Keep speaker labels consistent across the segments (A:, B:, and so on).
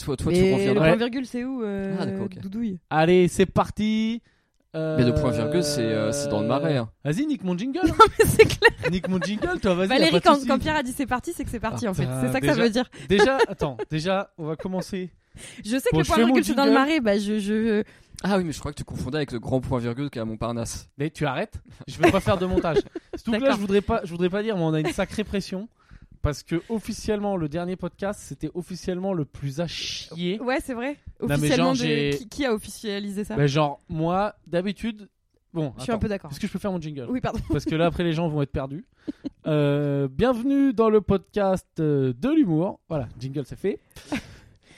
A: Toi, toi, tu
B: Mais le
A: reviendras.
B: point
C: Ouais.
B: virgule, c'est où euh,
A: Ah, d'accord, ok.
B: Doudouille.
C: Allez, c'est parti. Euh,
A: Mais le point virgule, c'est euh, c'est dans le marais. hein.
C: Vas-y, nique mon jingle.
B: c'est clair.
C: nique mon jingle, toi, vas-y. y a
B: Valérie,
C: pas de
B: quand,
C: souci.
B: quand Pierre a dit c'est parti, c'est que c'est parti en fait.
C: putain,
B: C'est ça que ça
C: Ah, déjà.
B: veut dire.
C: Déjà, attends, déjà, on va commencer.
B: Je sais que
C: Bon,
B: le
C: je
B: point
C: fais mon
B: virgule, c'est dans le
C: jingle.
B: marais. Bah, je, je...
A: Ah oui, mais je crois que tu confondais avec le grand point virgule qui est à Montparnasse.
C: Mais tu arrêtes, je vais pas faire de montage. Surtout que là,
B: D'accord.
C: je voudrais pas, je voudrais pas dire, mais on a une sacrée pression. Parce que officiellement, le dernier podcast, c'était officiellement le plus à chier.
B: Ouais, c'est vrai.
C: Non, mais
B: Officiellement,
C: genre,
B: de-
C: j'ai-
B: qui, qui a officialisé ça
C: Bah, genre, moi, d'habitude. Bon,
B: Je suis un peu d'accord.
C: Est-ce que je peux faire mon jingle
B: Oui, pardon.
C: Parce que là, après, les gens vont être perdus. Euh, bienvenue dans le podcast euh, de l'humour. Voilà, jingle, c'est fait.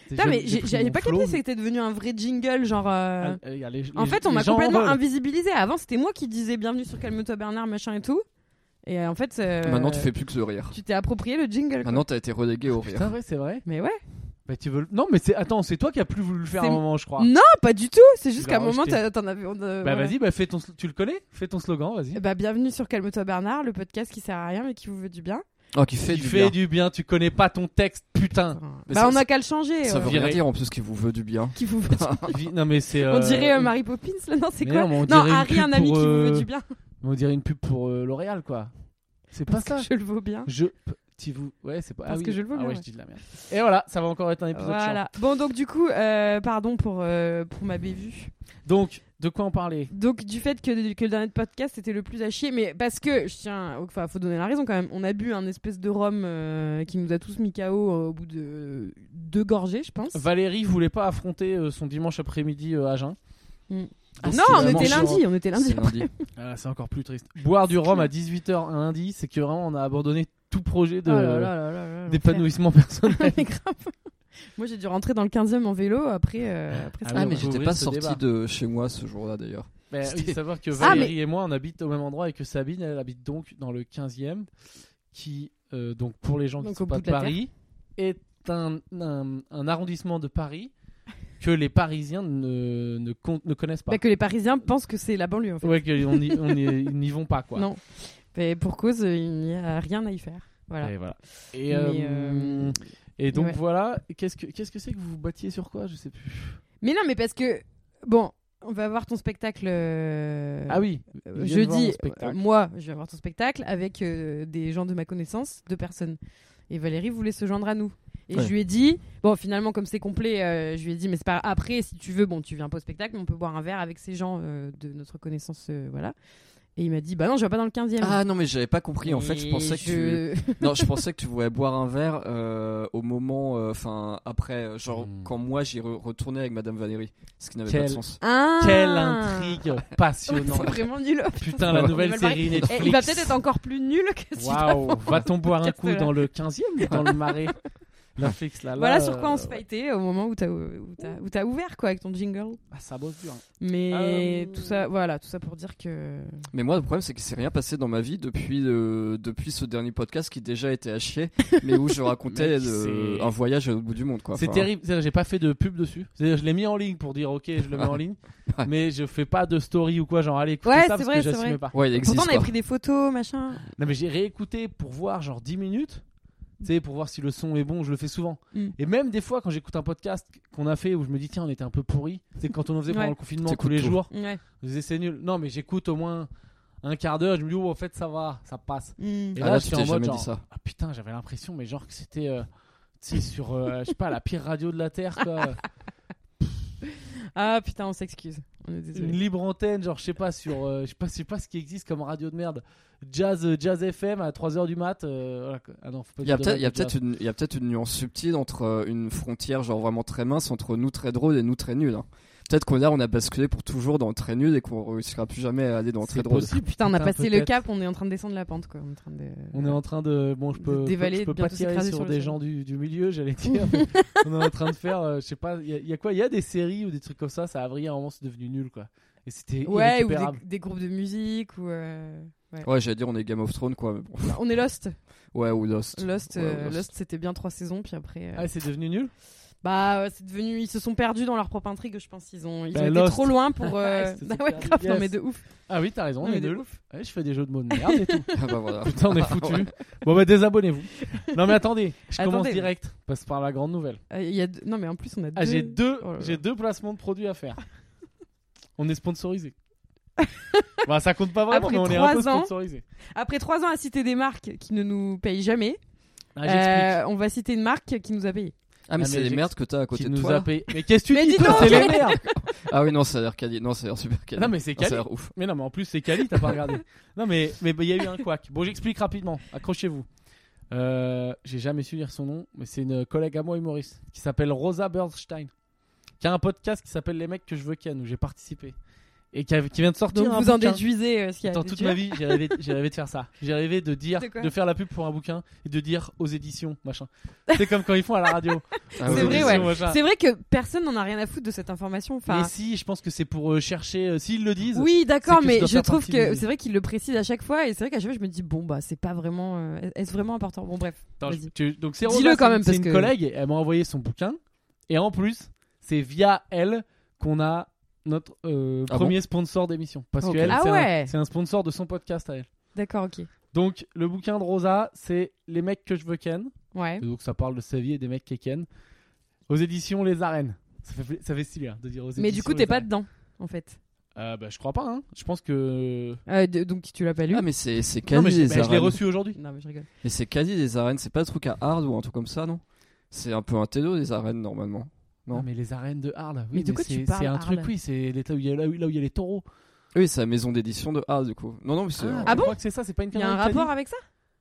B: Putain, mais j'ai-
C: pris
B: j'avais
C: mon
B: pas
C: flow,
B: capté,
C: mais-
B: c'était devenu un vrai jingle, genre. euh,
C: Ah, euh, y a les-
B: En
C: les-
B: fait, on
C: les
B: m'a
C: gens en
B: complètement
C: veulent.
B: invisibilisé. Avant, c'était moi qui disais bienvenue sur Calme-toi Bernard, machin et tout. Et euh, en fait. euh,
A: Maintenant, tu fais plus que le rire.
B: Tu t'es approprié le
C: Ah.
B: jingle. quoi.
A: Maintenant, t'as été relégué au rire.
C: Putain, ouais, c'est vrai.
B: Mais ouais.
C: Bah, tu veux... le- Non, mais c'est... attends, c'est toi qui as plus voulu le faire à un
B: C'est-
C: moment, je crois.
B: Non, Ah, pas du tout. C'est juste
C: Tu
B: qu'à un
C: l'as
B: moment,
C: rejeté.
B: t'as- t'en avais. on, euh,
C: Bah
B: voilà.
C: vas-y, bah fais ton, tu le connais Fais ton slogan, vas-y.
B: Eh Bah, bienvenue sur Calme-toi Bernard, le podcast qui sert à rien mais qui vous veut du bien.
A: Oh, qui fait
C: tu
A: du
C: fais
A: bien.
C: du bien, tu connais pas ton texte, putain.
A: Mais
B: bah,
A: ça-
B: on a qu'à le changer.
A: Ça
B: euh,
A: veut rien
C: Virer.
A: dire en plus qu'il vous veut du bien.
B: qui vous veut-
C: Vi- non mais c'est.
B: On
C: euh,
B: dirait euh, Mary Poppins, là, non C'est
C: mais
B: quoi
C: non, mais on
B: Non,
C: dirait une
B: Harry,
C: pub
B: un ami
C: pour,
B: qui vous veut
C: euh,
B: du bien.
C: On dirait une pub pour euh, L'Oréal, quoi. C'est pas
B: Parce
C: ça.
B: que je le vaux bien.
C: Je. p- Tu vous. Ouais, c'est pas. ah
B: Parce
C: oui.
B: que je le vois
C: Ah
B: bien,
C: ouais,
B: ouais.
C: je dis de la merde. Et voilà, ça va encore être un épisode
B: Voilà. Bon, donc du coup, euh, pardon pour, euh, pour ma bévue.
C: chiant. Donc, de quoi on parlait
B: Donc du fait que, que le dernier podcast c'était le plus à chier, mais parce que, je tiens, enfin faut donner la raison quand même, on a bu un espèce de rhum euh, qui nous a tous mis KO euh, au bout de deux gorgées, je pense.
C: Valérie voulait pas affronter euh, son dimanche après-midi euh, à jeun.
B: Mm.
C: Ah,
B: non, on était lundi, on était lundi.
A: C'est lundi.
C: Ah là, c'est encore plus triste. Boire du rhum à 18h un lundi, c'est que vraiment on a abandonné tout projet de
B: Oh là là là là là,
C: d'épanouissement personnel.
B: l'enfer. Mais grave. Moi j'ai dû rentrer dans le 15e en vélo après. euh, après
C: Ah
B: ça.
C: oui,
A: Ah,
C: on
A: mais
C: peut
A: j'étais
C: ouvrir
A: pas
C: ce
A: sorti
C: débat.
A: de chez moi ce jour-là d'ailleurs.
C: Mais
A: C'était-
C: oui, savoir que
B: Ah,
C: Valérie et moi, on habite au même endroit et que Sabine, elle habite donc dans le 15e, qui, euh, donc pour les gens qui ne
B: Donc
C: sont
B: au
C: pas
B: bout
C: de
B: de la
C: Paris, est un, un- un arrondissement de Paris que les Parisiens ne, ne, con- ne connaissent pas.
B: Bah, que les Parisiens pensent que c'est la banlieue en fait.
C: Ouais, que on y- on y- ils n'y vont pas, quoi.
B: Non. Mais pour cause, euh, il n'y a rien à y faire. Voilà.
C: Et voilà. Et,
B: Mais,
C: euh,
B: euh,
C: et donc
B: ouais.
C: voilà, qu'est-ce que qu'est-ce que c'est que vous vous battiez sur quoi Je sais plus.
B: Mais non, mais parce que. Bon, on va voir ton spectacle. euh,
C: ah oui,
B: euh,
C: viens de voir mon
B: Jeudi,
C: spectacle.
B: euh, moi, je vais voir ton spectacle avec euh, des gens de ma connaissance, deux personnes. Et Valérie voulait se joindre à nous. Et
A: Ouais.
B: je lui ai dit, bon, finalement, comme c'est complet, euh, je lui ai dit, mais c'est pas après, si tu veux, bon, tu viens pas au spectacle, mais on peut boire un verre avec ces gens euh, de notre connaissance, euh, voilà. Et il m'a dit, bah non, je vais pas dans le 15e.
A: Ah non, mais j'avais pas compris. En fait, je
B: Et
A: pensais que
B: je-
A: tu... non, je pensais que tu voulais boire un verre euh, au moment, euh, enfin après, euh, genre
C: Hmm.
A: quand moi j'y re- retournais avec Madame Valérie, ce qui n'avait
C: Quel-
A: pas de sens.
B: Ah
C: Quelle intrigue
B: C'est
C: passionnante.
B: vraiment nul.
C: Putain, la
A: Ouais.
C: nouvelle
B: Il va le
C: série
B: Eh,
C: Netflix.
B: il va peut-être être encore plus nul que si
C: Waouh, va-t-on boire un
B: podcast,
C: coup
B: là.
C: dans le 15e ou dans le marais La fixe là. là,
B: Voilà sur quoi on se
C: euh,
B: fightait au moment où t'as où t'as- où t'as ouvert quoi avec ton jingle.
C: Ah, ça bosse dur. hein.
B: Mais
C: Euh,
B: tout ça, voilà, tout ça pour dire que.
A: Mais moi, le problème c'est qu'il s'est rien passé dans ma vie depuis euh, depuis ce dernier podcast qui déjà était à chier, mais où je racontais
C: Mec,
A: euh,
C: c'est-
A: un voyage à l'autre bout du monde. quoi.
C: C'est
A: Enfin,
C: terrible. C'est-à-dire, J'ai pas fait de pub dessus. C'est-à-dire, Je l'ai mis en ligne pour dire ok, je le mets en ligne,
A: Ouais.
C: mais je fais pas de story ou quoi. Genre allez écoutez
B: Ouais,
C: ça
B: c'est
C: parce
B: vrai,
C: que
B: c'est
C: j'assumais
B: vrai.
C: pas.
A: Ouais, il existe.
B: Pourtant on avait
A: quoi.
B: pris des photos, machin.
C: Non mais j'ai réécouté pour voir genre 10 minutes. Tu sais, pour voir si le son est bon, je le fais souvent.
B: Mm.
C: Et même des fois, quand j'écoute un podcast qu'on a fait où je me dis, tiens, on était un peu pourri, c'est quand on en faisait pendant
B: Ouais.
C: le confinement tous
A: T'écoutes
C: les
A: tout.
C: jours,
B: Ouais.
C: je disais, c'est nul. Non, mais j'écoute au moins un quart d'heure, je me dis, oh, en fait, ça va, ça passe.
B: Mm.
C: Et
A: Ah
C: là,
A: là,
C: je
A: tu
C: suis en
A: t'es
C: mode
A: jamais
C: genre,
A: dit ça.
C: Ah putain, j'avais l'impression, mais genre que c'était, euh, tu sais, sur, euh, je sais pas, la pire radio de la Terre, quoi.
B: Ah putain, on s'excuse. On est
C: Une
B: désolé.
C: libre antenne, genre, je sais pas, sur, euh, je sais pas, je sais pas ce qui existe comme radio de merde. Jazz, euh, jazz FM à 3h du mat. euh, voilà, quoi. Ah non, faut pas
A: Il y a
C: dire
A: peut-être
C: de
A: il y a
C: radio
A: peut-être
C: jazz.
A: une, il y a peut-être une nuance subtile entre euh, une frontière genre vraiment très mince entre nous très drôles et nous très nuls. hein. Peut-être qu'on a, on a basculé pour toujours dans le très nul et qu'on réussira plus jamais à aller dans le
C: C'est
A: très drôle.
C: possible,
B: Putain, on a passé le
C: peut-être.
B: cap, on est en train de descendre la pente quoi. On est en train de.
C: On est en train de. Bon, je
B: De
C: peux,
B: dévaler,
C: je peux pas
B: bientôt
C: tirer
B: s'écraser
C: sur,
B: sur le
C: des
B: sol.
C: gens du, du milieu, j'allais dire. mais on est en train de faire, euh, je sais pas, il y, a- il y a quoi Il y a des séries ou des trucs comme ça, ça a vrillé à un moment, c'est devenu nul, quoi. Et c'était
B: Ouais, ou
C: irrécupérable.
B: des, des groupes de musique ou. euh,
A: Ouais, j'allais dire on est Game of Thrones quoi, mais bon.
B: bah, on est Lost.
A: Ouais, ou Lost.
B: Lost,
A: Ouais,
B: euh,
A: Lost.
B: Lost, c'était bien trois saisons puis après. euh,
C: Ah, c'est devenu nul
B: Bah, euh, c'est devenu. Ils se sont perdus dans leur propre intrigue, je pense. Ils ont, ils
C: Bah,
B: ont été
C: Lost.
B: trop loin pour. euh,
C: Lost,
B: bah
C: c'est
B: ouais,
C: perdu.
B: grave, non,
C: Yes.
B: mais de ouf.
C: Ah oui, t'as raison,
B: Non,
C: on
B: mais
C: est
B: de
C: nuls.
B: ouf.
C: Ouais, je fais des jeux de mots de merde et tout.
A: Ah bah voilà.
C: Putain, on est foutu. Bon, bah désabonnez-vous. Non, mais attendez, je commence
B: Attendez.
C: direct. Passe par la grande nouvelle.
B: Euh, il y a deux- Non, mais en plus, on a
C: Ah,
B: deux.
C: j'ai deux,
B: Oh là là.
C: j'ai deux placements de produits à faire. On est sponsorisé. bah, ça compte pas vraiment,
B: Après
C: mais on est un peu
B: trois ans,
C: sponsorisé.
B: Après trois ans à citer des marques qui ne nous payent jamais,
C: Ah, j'explique.
B: euh, on va citer une marque qui nous a payé.
A: Ah, mais
C: Ah,
A: c'est
C: mais
A: les
C: j'ai-
A: merdes que t'as à côté
C: Qui
A: de
C: nous
A: toi.
C: a payé. Mais qu'est-ce que tu
B: Mais
C: dis
B: dis
C: toi,
B: donc
C: C'est les merdes.
A: Ah oui, non, ça a l'air quali. Non, ça a l'air super quali. Ah,
C: Non, mais c'est
A: ça a
C: quali.
A: l'air ouf.
C: Mais non, mais en plus, c'est Cali, t'as pas regardé. Ah, Non, mais mais bah, il y a eu un couac. Bon, j'explique rapidement. Accrochez-vous. Euh, j'ai jamais su lire son nom, mais c'est une collègue à moi, humoriste, qui s'appelle Rosa Bernstein, qui a un podcast qui s'appelle Les mecs que je veux ken, où j'ai participé. Et qui, a- qui vient de sortir
B: Donc
C: un
B: vous en
C: bouquin.
B: déduisez euh, ce qu'il y a. à
C: Dans toute
B: déduire.
C: ma vie, j'ai rêvé, j'ai rêvé de faire ça. J'ai rêvé de dire,
B: De quoi
C: de, faire la pub pour un bouquin et de dire aux éditions, machin. C'est comme quand ils font à la radio.
A: Ah oui,
B: C'est vrai,
A: oui,
B: ouais.
A: oui.
C: machin.
B: C'est vrai que personne n'en a rien à foutre de cette information. Enfin,
C: Mais si, je pense que c'est pour euh, chercher. euh, S'ils le disent,
B: Oui, d'accord,
C: c'est que ça
B: mais
C: doit
B: je
C: faire
B: trouve
C: partie du
B: que
C: milieu.
B: c'est vrai qu'il le précise à chaque fois, et c'est vrai qu'à chaque fois je me dis bon bah c'est pas vraiment, euh, est-ce vraiment important Bon bref,
C: Attends, je-
B: Vas-y.
C: tu- donc c'est
B: Dis-le
C: Rosa,
B: quand
C: c'est-
B: même,
C: c'est
B: parce
C: une
B: que-
C: collègue, elle m'a envoyé son bouquin et en plus c'est via elle qu'on a notre euh,
A: Ah
C: premier sponsor d'émission parce
A: Ok.
C: que elle,
B: Ah
C: c'est un-
B: ouais.
C: c'est un, sponsor de son podcast à elle.
B: d'accord, ok,
C: Donc le bouquin de Rosa c'est les mecs que je veux ken
B: ouais.
C: et donc ça parle de sa vie et des mecs qui ken aux éditions les arènes. Ça fait, pla- ça fait stylé hein, de dire aux éditions.
B: Mais du coup
C: Les
B: t'es pas
C: Arènes.
B: dedans en fait,
C: Euh, bah, je crois pas hein. Je pense que
B: Euh, de- donc tu l'as pas lu
A: Ah, mais c'est c'est
C: non, mais
A: quali
C: j'ai-
A: les
C: bah, je l'ai
A: arènes.
C: reçu aujourd'hui.
B: Non mais je rigole.
A: Mais c'est quasi des arènes. C'est pas un truc à hard ou un truc comme ça, non C'est un peu un télo des arènes normalement. Non.
C: Non Ah, mais les arènes de Arles.
B: Mais
C: Oui,
B: de quoi tu
C: c'est
B: parles,
C: c'est un truc
B: Arles
C: oui, c'est là où il y a- là où là où il y a les taureaux.
A: Ah Oui, c'est la maison d'édition de hard du coup. Non, non, mais c'est. euh,
C: Ah,
B: Ah
C: je
B: bon
C: crois que Ah. c'est ça, c'est pas une
B: Il y a un
C: connerie de
B: rapport avec ça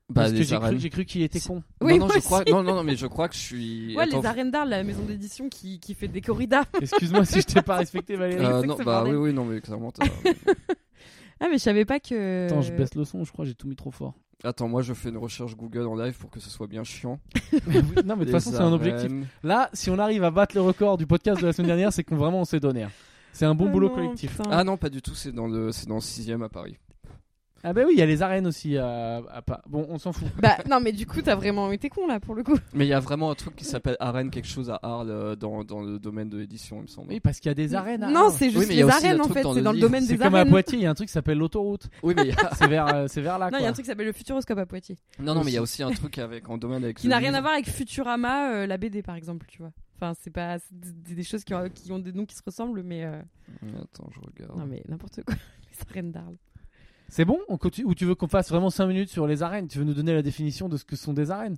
A: Bah,
C: Parce que
A: les
C: j'ai cru,
A: arènes.
C: j'ai cru qu'il était con.
B: Oui,
A: non, non,
B: moi
A: je crois...
B: aussi.
A: non, non, non, mais je crois que je suis.
B: Ouais,
A: Attends,
B: les arènes d'Arles, la maison d'édition qui, qui fait des corridas.
C: Excuse-moi si je t'ai pas respecté, Valérie.
A: euh,
B: c'est
A: non,
B: que ce
A: bah oui,
B: bordel.
A: oui, non, mais clairement. t'as-
B: Ah mais je savais pas que.
C: Attends, je baisse le son, je crois, j'ai tout mis trop fort.
A: Attends, moi je fais une recherche Google en live pour que ce soit bien chiant.
C: non, mais de toute façon, c'est un objectif. Là, si on arrive à battre le record du podcast de la semaine dernière, c'est qu'on vraiment on s'est donné. hein. C'est un bon
B: Ah
C: boulot
B: non,
C: collectif.
B: putain.
A: Ah non, pas du tout, c'est dans le c'est dans le 6ème à Paris.
C: Ah bah oui, il y a les arènes aussi. à- à Pa- Bon, on s'en fout.
B: Bah non mais du coup t'as vraiment été con là pour le coup.
A: Mais il y a vraiment un truc qui s'appelle arène quelque chose à Arles euh, dans, dans le domaine de l'édition, il me semble.
C: Oui, parce qu'il y a des arènes. à
B: Non
C: Arles.
B: c'est juste
A: mais il y
B: les
A: a aussi
B: arènes
A: un
B: en
A: truc
B: fait,
A: dans
B: c'est
A: le
B: dans le
A: livre.
B: domaine
C: c'est
B: des
C: comme à
B: arènes.
C: Poitiers, il y a un truc qui s'appelle l'autoroute.
A: Oui, mais il y a-
C: C'est vers, euh, c'est vers là.
B: Non, il y a
C: quoi.
B: un truc qui s'appelle le Futuroscope à Poitiers.
A: Non non, mais il y a aussi un truc avec en domaine avec
B: qui
A: le
B: n'a rien
A: livre.
B: à voir avec Futurama, euh, la BD par exemple, tu vois. Enfin, c'est pas c'est des, des choses qui ont, qui ont des noms qui se ressemblent, mais euh,
A: Ouais, Attends, je regarde.
B: non mais n'importe quoi. Les arènes d'Arles.
C: C'est bon on continue- Ou tu veux qu'on fasse vraiment 5 minutes sur les arènes Tu veux nous donner la définition de ce que sont des arènes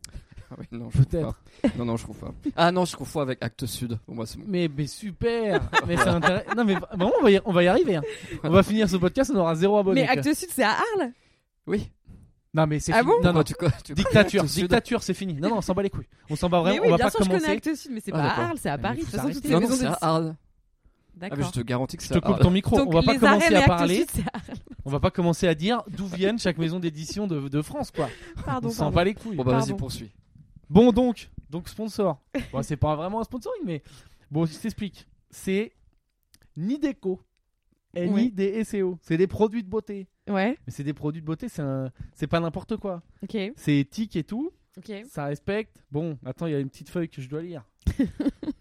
A: Ah oui, non, je trouve
C: Peut-être.
A: pas. Non non, je trouve pas. Ah non, je confonds avec Acte Sud. Bon moi c'est bon.
C: Mais, mais super Mais c'est intéressant. Non, mais vraiment, on va y, on va y arriver. hein. On va finir ce podcast, on aura zéro abonné.
B: mais
C: quoi.
B: Acte Sud, c'est à Arles.
A: Oui.
C: Non, mais c'est
B: Ah
C: fini.
B: bon
C: Non,
A: Pourquoi
C: non,
A: tu, co- tu connais
C: Dictature,
A: Actes Sud
C: dictature, c'est fini. Non, non, on s'en bat les couilles. On s'en bat
B: Mais
C: vraiment.
B: oui,
C: on va
B: bien
C: pas
B: sûr, je connais
C: commencer.
B: Acte Sud, mais c'est
A: Ah,
B: pas à
A: d'accord.
B: Arles, c'est à
C: Mais
B: Paris. De
C: faut
B: toute façon, toutes
C: s'arrêter.
B: les
A: Non non,
B: maisons
A: c'est
B: de
A: à Arles. Ah mais
B: D'accord.
A: je te garantis que
C: Je
A: c'est
C: te
A: à
C: coupe
A: Arles.
C: ton micro.
B: Donc
C: on va pas
B: les
C: commencer
B: arènes et
C: à
B: Actes
C: parler.
B: Sud, c'est à-
C: On va pas commencer à dire d'où viennent chaque maison d'édition de, de France, quoi.
B: Pardon.
C: on s'en
B: pardon.
C: bat les couilles.
A: Bon bah vas-y,
B: Pardon.
A: poursuis.
C: Bon, donc, donc sponsor. Bon, c'est pas vraiment un sponsoring, mais bon, je t'explique. C'est Nideco. N-I-D-E-C-O. E C'est des produits de beauté.
B: Ouais.
C: Mais c'est des produits de beauté, c'est un... c'est pas n'importe quoi.
B: Ok.
C: C'est éthique et tout.
B: Ok.
C: Ça respecte. Bon, attends, il y a une petite feuille que je dois lire.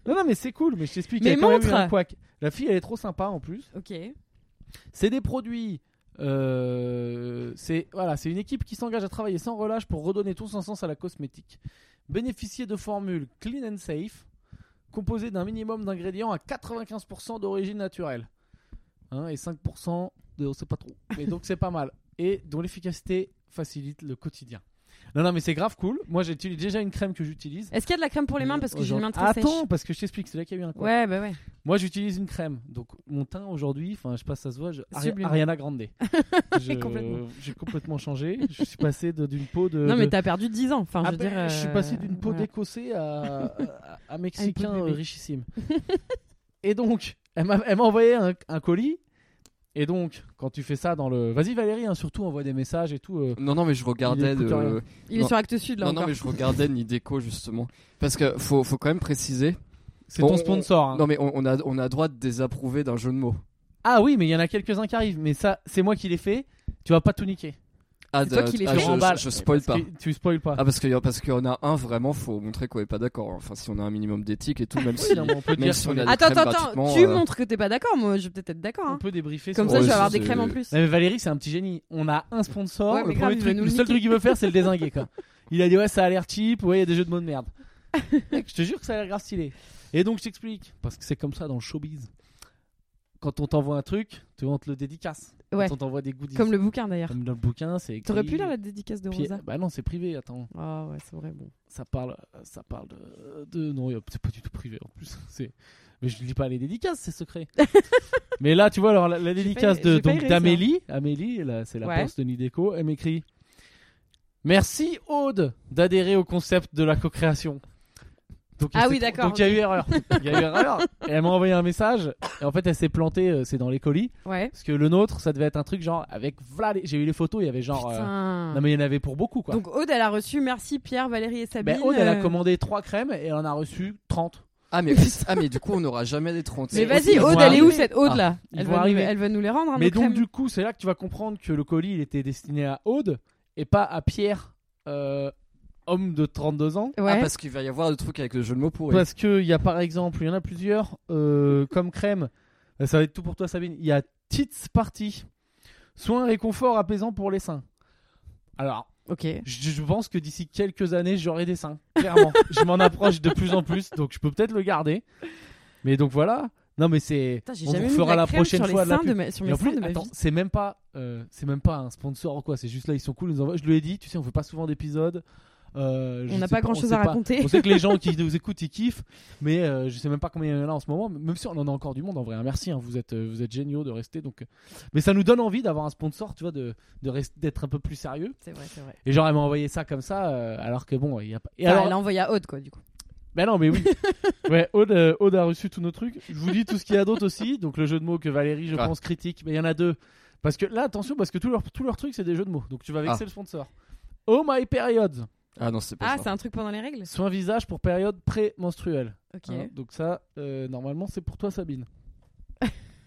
C: non, non, mais c'est cool, mais je t'explique.
B: Mais
C: il y a quand même eu
B: montre.
C: un couac. La fille, elle est trop sympa en plus.
B: Ok.
C: C'est des produits. euh, c'est voilà, c'est une équipe qui s'engage à travailler sans relâche pour redonner tout son sens à la cosmétique. Bénéficier de formules clean and safe, composées d'un minimum d'ingrédients à 95% d'origine naturelle. Hein, et 5% de on sait pas trop. Mais donc c'est pas mal. Et dont l'efficacité facilite le quotidien. Non, non, mais c'est grave cool. Moi j'ai utilisé- déjà une crème que j'utilise.
B: Est-ce qu'il y a de la crème pour les mains parce que j'ai une main très sèche.
C: Attends, parce que je t'explique, c'est là qu'il y a eu un coup.
B: Ouais, bah ouais.
C: Moi, j'utilise une crème. Donc, mon teint aujourd'hui, enfin, je sais pas si ça se voit, je... Ari-
B: Sublime.
C: Ariana Grande. Je-
B: Complètement.
C: J'ai complètement changé. Je suis passé de- d'une peau de.
B: Non mais
C: de-
B: t'as perdu 10 ans. Enfin, je
C: Ah
B: veux
C: ben,
B: dire.
C: je suis
B: euh,
C: passé d'une peau
B: voilà.
C: d'écossais à, à- à mexicain
B: bébé.
C: euh, richissime. et donc, elle m'a elle m'a envoyé un, un colis. Et donc, quand tu fais ça dans le. Vas-y, Valérie, hein, surtout, envoie des messages et tout. euh.
A: Non non, mais je regardais
C: écoute
A: le
C: rien.
B: Il est
A: Non.
B: sur Acte Sud là
A: Non non,
B: encore.
A: mais je regardais Nideco justement parce que faut faut quand même préciser.
C: C'est
A: Bon,
C: ton
A: on-
C: sponsor. hein.
A: Non mais on, on a on a droit de désapprouver d'un jeu de mots.
C: Ah oui, mais il y en a quelques-uns qui arrivent. Mais ça, c'est moi qui l'ai fait. Tu vas pas tout niquer.
A: Ah,
B: C'est toi
A: de-
B: qui les
A: ah,
B: fais.
A: je-
C: Remballe.
A: je, je spoil pas.
C: Parce que Tu spoil pas.
A: Ah parce qu'il y, a- parce qu'il y en a un vraiment faut montrer qu'on est pas d'accord. Enfin si on a un minimum d'éthique et tout même si
C: Oui, non, mais on peut
A: même
C: dire
A: si
C: qu'on
A: on
C: est-
A: a-
B: Attends,
A: crème
B: attends,
A: gratuitement,
B: attends. Tu
A: euh.
B: montres que t'es pas d'accord. Moi, je vais peut-être être d'accord.
C: on
B: hein.
C: peut débriefer.
B: Comme
C: sur-
B: ça,
A: Ouais,
B: je vais avoir
A: c'est-
B: des crèmes en plus.
C: Non, mais Valérie, c'est un petit génie. On a un sponsor.
B: Ouais, mais
C: le,
B: grave,
C: premier
B: il va
C: truc-
B: nous
C: le seul
B: niquer.
C: truc qu'il veut faire, c'est le désinguer. Quoi. Il a dit Ouais, ça a l'air cheap. Ouais, il y a des jeux de mots de merde. Mec, je te jure que ça a l'air grave stylé. Et donc, je t'explique. Parce que c'est comme ça dans le showbiz. Quand on t'envoie un truc, tu- on te le dédicace.
B: Ouais.
C: Quand on t'envoie des goodies.
B: Comme le bouquin d'ailleurs.
C: Comme dans le bouquin, c'est.
B: T'aurais
C: écrit,
B: pu lire la dédicace de
C: puis-
B: Rosa
C: Bah non, c'est privé, attends.
B: Ah ouais, c'est vrai, bon.
C: Ça parle, ça parle de. de- Non, y a- c'est pas du tout privé en plus. C'est. Mais je lis pas les dédicaces, c'est secret. Mais là, tu vois, alors la, la dédicace
B: failli-
C: de
B: j'ai failli
C: donc
B: réussir.
C: d'Amélie, Amélie, là, c'est la
B: Ouais.
C: poste de Nideco, elle m'écrit Merci Aude d'adhérer au concept de la co-création. Donc, elle
B: Ah
C: s'est
B: oui,
C: trom-
B: d'accord,
C: Donc il y a eu erreur. Il y a eu erreur. Et elle m'a envoyé un message. Et en fait, elle s'est plantée. euh, c'est dans les colis.
B: Ouais.
C: Parce que le nôtre, ça devait être un truc genre avec. Voilà, les- j'ai eu les photos. Il y avait genre. euh,
B: Putain.
C: Non mais il y en avait pour beaucoup quoi.
B: Donc Aude, elle a reçu merci Pierre, Valérie et Sabine.
C: Ben, Aude, elle a
B: euh,
C: commandé 3 crèmes et elle en a reçu 30.
A: Ah mais ah mais du coup on n'aura jamais les 30.
B: Mais
C: C'est-
B: vas-y,
C: ils vont
B: Aude, elle est où
C: arriver.
B: cette Aude
C: Ah,
B: là
C: ils
B: elle
C: vont
B: va, nous,
C: arriver.
B: elle va nous les rendre. hein,
C: Mais
B: nos
C: donc,
B: crèmes.
C: du coup, c'est là que tu vas comprendre que le colis, il était destiné à Aude et pas à Pierre, euh, homme de 32 ans.
A: Ah
B: Ouais.
A: parce qu'il va y avoir le truc avec le jeu de mots pourri.
C: Parce qu'il y a par exemple, il y en a plusieurs, euh, comme crème, euh, ça va être tout pour toi, Sabine. Il y a Tits Party, soin réconfort apaisant pour les seins. Alors,
B: Ok.
C: je, je pense que d'ici quelques années, j'aurai des seins, clairement. je m'en approche de plus en plus, donc je peux peut-être le garder. Mais donc voilà. Non, mais c'est.
B: Putain, j'ai
C: On
B: jamais
C: vous
B: mis de
C: fera
B: la,
C: la
B: crème
C: prochaine
B: sur les
C: fois de la
B: seins de
C: pub.
B: ma, sur
C: Mais
B: mes
C: en plus,
B: seins de ma
C: attends,
B: vie.
C: c'est même pas, euh, c'est même pas un sponsor ou quoi. C'est juste là, ils sont cool, ils nous envoient. Je lui ai dit, tu sais, on fait pas souvent d'épisodes. euh, je
B: On n'a
C: sais
B: pas grand chose
C: sait
B: à
C: pas.
B: raconter.
C: On sait que les gens qui nous écoutent, ils kiffent, mais euh, je sais même pas combien il y en a en ce moment. Même si on en a encore du monde, en vrai. hein. Merci, hein, vous êtes, euh, vous êtes géniaux de rester. Donc, euh, mais ça nous donne envie d'avoir un sponsor, tu vois, de, de rest- d'être un peu plus sérieux.
B: C'est vrai, c'est vrai.
C: Et genre, elle m'a envoyé ça comme ça, euh, alors que bon, il y a pas. Et
B: Enfin,
C: alors,
B: Elle a envoyé à Aude quoi, du coup.
C: ben non, mais oui. ouais, Aude, euh, Aude a reçu tous nos trucs. Je vous dis tout ce qu'il y a d'autre aussi. Donc le jeu de mots que Valérie, je
A: Ah.
C: pense, critique. Mais il y en a deux. Parce que là, attention, parce que tous leurs tous leurs trucs, c'est des jeux de mots. Donc tu vas vexer
A: Ah.
C: le sponsor. Oh my période.
A: Ah non c'est pas
B: Ah,
A: ça.
B: c'est un truc pendant les règles
C: Soin visage pour période prémenstruelle.
B: Ok.
C: Hein, donc ça, euh, normalement, c'est pour toi, Sabine.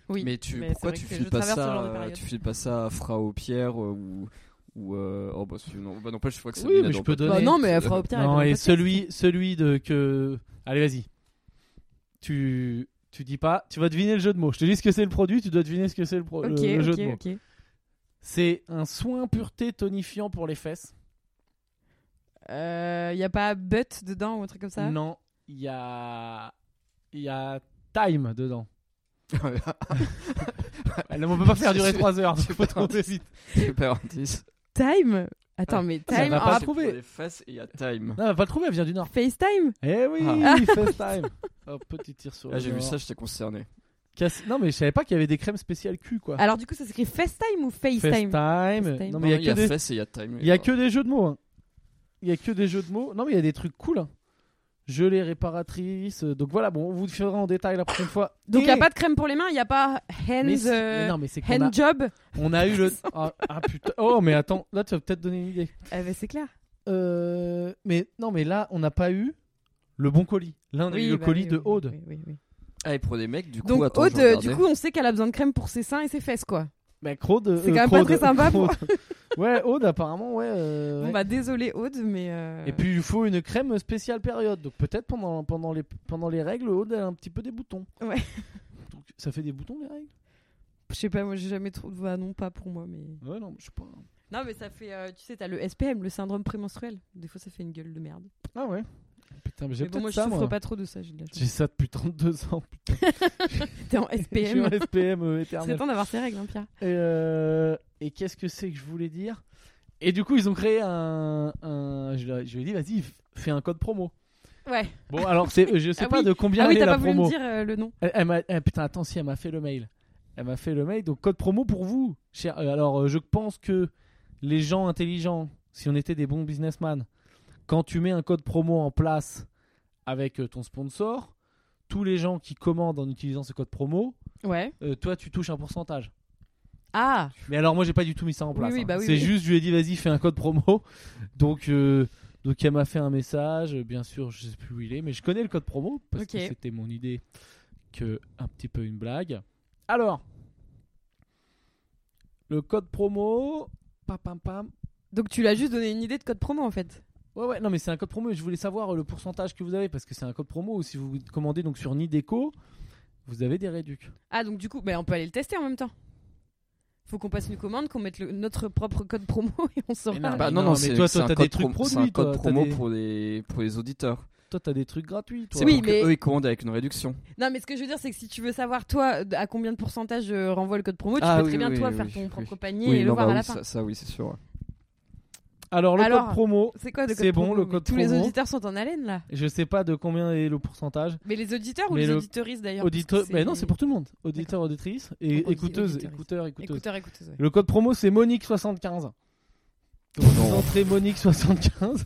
B: Oui.
A: Mais tu
B: Mais
A: pourquoi
B: c'est
A: tu
B: vrai que
A: files
B: je
A: pas
B: traverse ce
A: ça
B: genre de
A: euh,
B: période.
A: tu files pas ça à Fra au Pierre euh, ou ou euh, oh bah c'est- non bah non pas je crois que c'est
C: Oui,
A: Mina
C: mais je
A: dans
C: peux
A: le
C: donner.
B: Bah
A: podcast.
B: non, mais elle fera au pire. elle
C: non,
B: verra
C: et
B: pas ça.
C: celui, celui de que. Allez, vas-y. Tu, tu dis pas. Tu vas deviner le jeu de mots. Je te dis ce que c'est le produit. Tu dois deviner ce que c'est le, pro- le-
B: Ok,
C: le jeu de mots.
B: ok, ok.
C: C'est un soin pureté tonifiant pour les fesses.
B: Euh, y a pas but dedans ou un truc comme ça
C: Non, il y a. Il y a time dedans. Là, on peut pas faire durer
A: C'est-
C: 3 heures,
A: c'est
C: faut
A: pas un
C: trouver vite.
A: super indice.
B: Time Attends,
A: Ah,
B: mais
C: ça
B: time
C: va
B: en
C: pas
A: C'est
C: trouver.
A: pour les fesses et il y a time.
C: Non, elle va pas le trouver, elle vient du Nord.
B: FaceTime
C: Eh oui,
A: Ah.
C: fest time. Hop, petit tir sur
A: Là
C: le
A: Ah, j'ai vu
C: Nord.
A: ça j'étais concerné.
C: Cass- Non, mais je savais pas qu'il y avait des crèmes spéciales cul, quoi.
B: Alors du coup, ça s'écrit FaceTime ou FaceTime FaceTime.
C: Non,
A: Non,
C: mais il y a, que, des...
A: fesses et il y a time.
C: il y a que des jeux de mots. hein. Il y a que des jeux de mots. Non, mais il y a des trucs cool. hein. Gelées réparatrices. Donc voilà, bon, on vous le fera en détail la prochaine fois.
B: Donc y a
C: Et-
B: pas de crème pour les mains, y a pas hands,
C: Mais si-
B: euh,
C: mais non, mais c'est qu'on
B: hand
C: a-
B: job
C: on a eu le. Ah, ah, putain. Oh, mais attends, là tu vas peut-être donner une idée.
B: Eh ben, c'est clair.
C: Euh, mais non, mais là, on n'a pas eu le bon colis. Là, on a eu le
B: bah
C: colis de
B: oui,
C: Aude.
B: oui, oui, oui.
A: Ah, et pour des mecs, du coup,
B: Donc
A: attends, je
B: Aude, euh,
A: regardais.
B: du coup, on sait qu'elle a besoin de crème pour ses seins et ses fesses, quoi.
C: Bah, Craude,
B: C'est quand même pas très sympa pour-
C: Craude. ouais, Aude, apparemment, ouais. euh, ouais.
B: Bon bah désolé Aude, mais euh,
C: Et puis, il lui faut une crème spéciale période. Donc, peut-être pendant, pendant, les, pendant les règles, Aude, elle a un petit peu des boutons.
B: Ouais.
C: Donc, ça fait des boutons, les règles
B: je sais pas, moi j'ai jamais trouvé, bah non pas pour moi, mais
C: Ouais, non, je sais pas.
B: non mais ça fait, euh, tu sais, t'as le SPM, le syndrome prémenstruel. Des fois ça fait une gueule de merde.
C: Ah ouais. Putain, mais j'ai
B: Mais bon,
C: peut-être
B: moi je
C: ça,
B: souffre
C: moi.
B: pas trop de ça, j'ai de la chance.
C: J'ai ça depuis 32 ans. putain.
B: T'es en
C: Je suis
B: SPM.
C: un SPM euh, éternel.
B: C'est temps d'avoir ses règles, hein, Pierre.
C: Et, euh, et qu'est-ce que c'est que je voulais dire Et du coup, ils ont créé un. un- je, leur- je lui ai dit, vas-y, f- fais un code promo.
B: Ouais.
C: Bon, alors, c'est, euh, je sais
B: Ah
C: pas
B: oui.
C: de combien
B: ah oui,
C: elle
B: t'as
C: est la
B: pas voulu me
C: promo.
B: dire euh, le nom.
C: Elle, elle m'a- eh, putain, attends, si elle m'a fait le mail. Elle m'a fait le mail. Donc, code promo pour vous. cher- euh, alors, euh, je pense que les gens intelligents, si on était des bons businessmen, quand tu mets un code promo en place avec euh, ton sponsor, tous les gens qui commandent en utilisant ce code promo,
B: Ouais.
C: euh, toi, tu touches un pourcentage.
B: Ah.
C: Mais alors moi j'ai pas du tout mis ça en place.
B: oui,
C: hein.
B: bah oui,
C: c'est
B: oui.
C: juste je lui ai dit vas-y fais un code promo. Donc euh, donc elle m'a fait un message. Bien sûr je sais plus où il est, mais je connais le code promo parce
B: Ok.
C: que c'était mon idée que un petit peu une blague. Alors le code promo pam pam pam
B: Donc tu l'as juste donné une idée de code promo en fait.
C: Ouais, ouais, non, mais c'est un code promo. et Je voulais savoir euh, le pourcentage que vous avez parce que c'est un code promo. Ou si vous commandez donc sur Nideco, vous avez des réductions.
B: Ah donc du coup, bah, on peut aller le tester en même temps. Faut qu'on passe une commande, qu'on mette le- notre propre code promo et on saura.
C: Mais non,
A: Bah
C: mais
A: non, non,
C: mais
A: c'est
C: toi,
A: c'est
C: toi,
A: un,
C: t'as
A: code
C: des trucs
A: promo- c'est
C: produits,
A: un code
C: toi, t'as
A: promo
C: des-
A: pour, les, pour les auditeurs.
C: Toi, t'as des trucs gratuits. Toi.
A: C'est
B: Oui,
A: pour que
B: mais-
A: eux, ils commandent avec une réduction.
B: Non, mais ce que je veux dire, c'est que si tu veux savoir, toi, d- à combien de pourcentage euh, renvoie le code promo, tu
A: Ah
B: peux
A: oui,
B: très bien,
A: oui,
B: toi,
A: oui,
B: faire
A: oui,
B: ton
A: oui.
B: propre panier et
A: oui,
B: le
A: non,
B: voir
A: bah
B: à la
A: oui,
B: fin.
A: ça, ça, oui, c'est sûr. ouais.
C: Alors, le
B: Alors-
C: code promo,
B: C'est quoi le code
C: C'est bon,
B: promo
C: le
B: Mais
C: code
B: Tous les
C: promo.
B: auditeurs sont en haleine, là.
C: je sais pas de combien est le pourcentage.
B: Mais les auditeurs ou
C: Mais
B: les
C: le-
B: auditoristes, d'ailleurs parce que
C: Auditeur, mais non, c'est pour tout le monde. Auditeur, auditrice et
B: D'accord, on dit
C: écouteuse,
B: auditeur,
C: écouteur, écouteuse.
B: Écouteurs, écouteuses, ouais.
C: Le code promo, c'est Monique75. Donc,
A: Non.
C: entrée Monique75.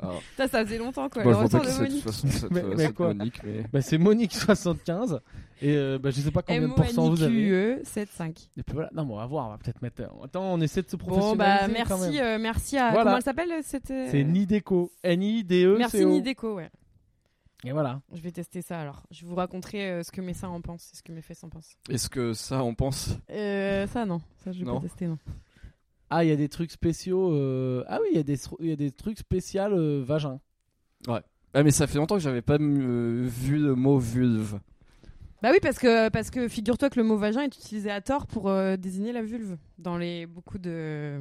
A: Alors,
B: Ça, ça faisait longtemps, quoi.
A: moi,
B: Le
A: je vois
B: ressort
A: pas qui
B: de
A: c'est de toute
B: Monique.
A: façon, cette,
C: Mais-
A: euh,
C: mais
A: cette
C: quoi
A: Monique, mais.
C: Bah, c'est Monique75. Et euh, bah, je sais pas combien de pourcents vous avez.
B: M-O-N-I-Q-E 7-5.
C: Et puis voilà, non, mais on va voir, on va peut-être mettre. Attends, on essaie de se
B: Bon,
C: professionnaliser.
B: bah,
C: quand
B: merci,
C: même.
B: euh, merci à.
C: Voilà.
B: Comment elle s'appelle cette, euh,
C: C'est E, Nideco. N-I-D-E.
B: Merci Nideco, ouais.
C: E Et voilà.
B: Je vais tester ça alors. Je vous raconterai euh, ce que mes seins en pensent et ce que mes fesses en pensent.
A: Est-ce que ça, on pense
B: Euh, ça, non. Ça, je vais
A: Non.
B: pas tester, non.
C: Ah, il y a des trucs spéciaux. euh, Ah oui, il y, a des stro- il y a des trucs spéciaux euh, vagin.
A: Ah, mais ça fait longtemps que j'avais pas euh, vu le mot vulve.
B: Bah oui, parce que, parce que figure-toi que le mot vagin est utilisé à tort pour euh, désigner la vulve dans les beaucoup de.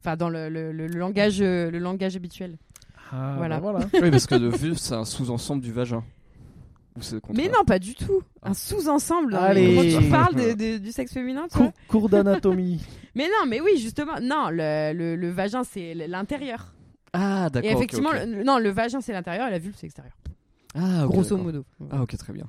B: Enfin, dans le, le- le- le langage, euh, le langage habituel.
C: Ah,
B: Voilà.
C: bah, voilà.
A: Oui, parce que le vulve, c'est un sous-ensemble du vagin. Ou c'est le contraire
B: Mais non, pas du tout. Un sous-ensemble. hein,
C: Ah. Allez.
B: mais Quand tu parles de- de- du sexe féminin, tu vois.
C: Cours- cours d'anatomie.
B: Mais non, mais oui, justement. Non, le, le- le vagin, c'est l- l'intérieur.
A: Ah,
B: Et
A: d'accord. ok,
B: effectivement,
A: ok.
B: le- le- non, le vagin, c'est l'intérieur et la vulve, c'est l'extérieur.
A: Ah, ok,
B: Grosso
A: d'accord.
B: modo.
A: Ah, ok, très bien.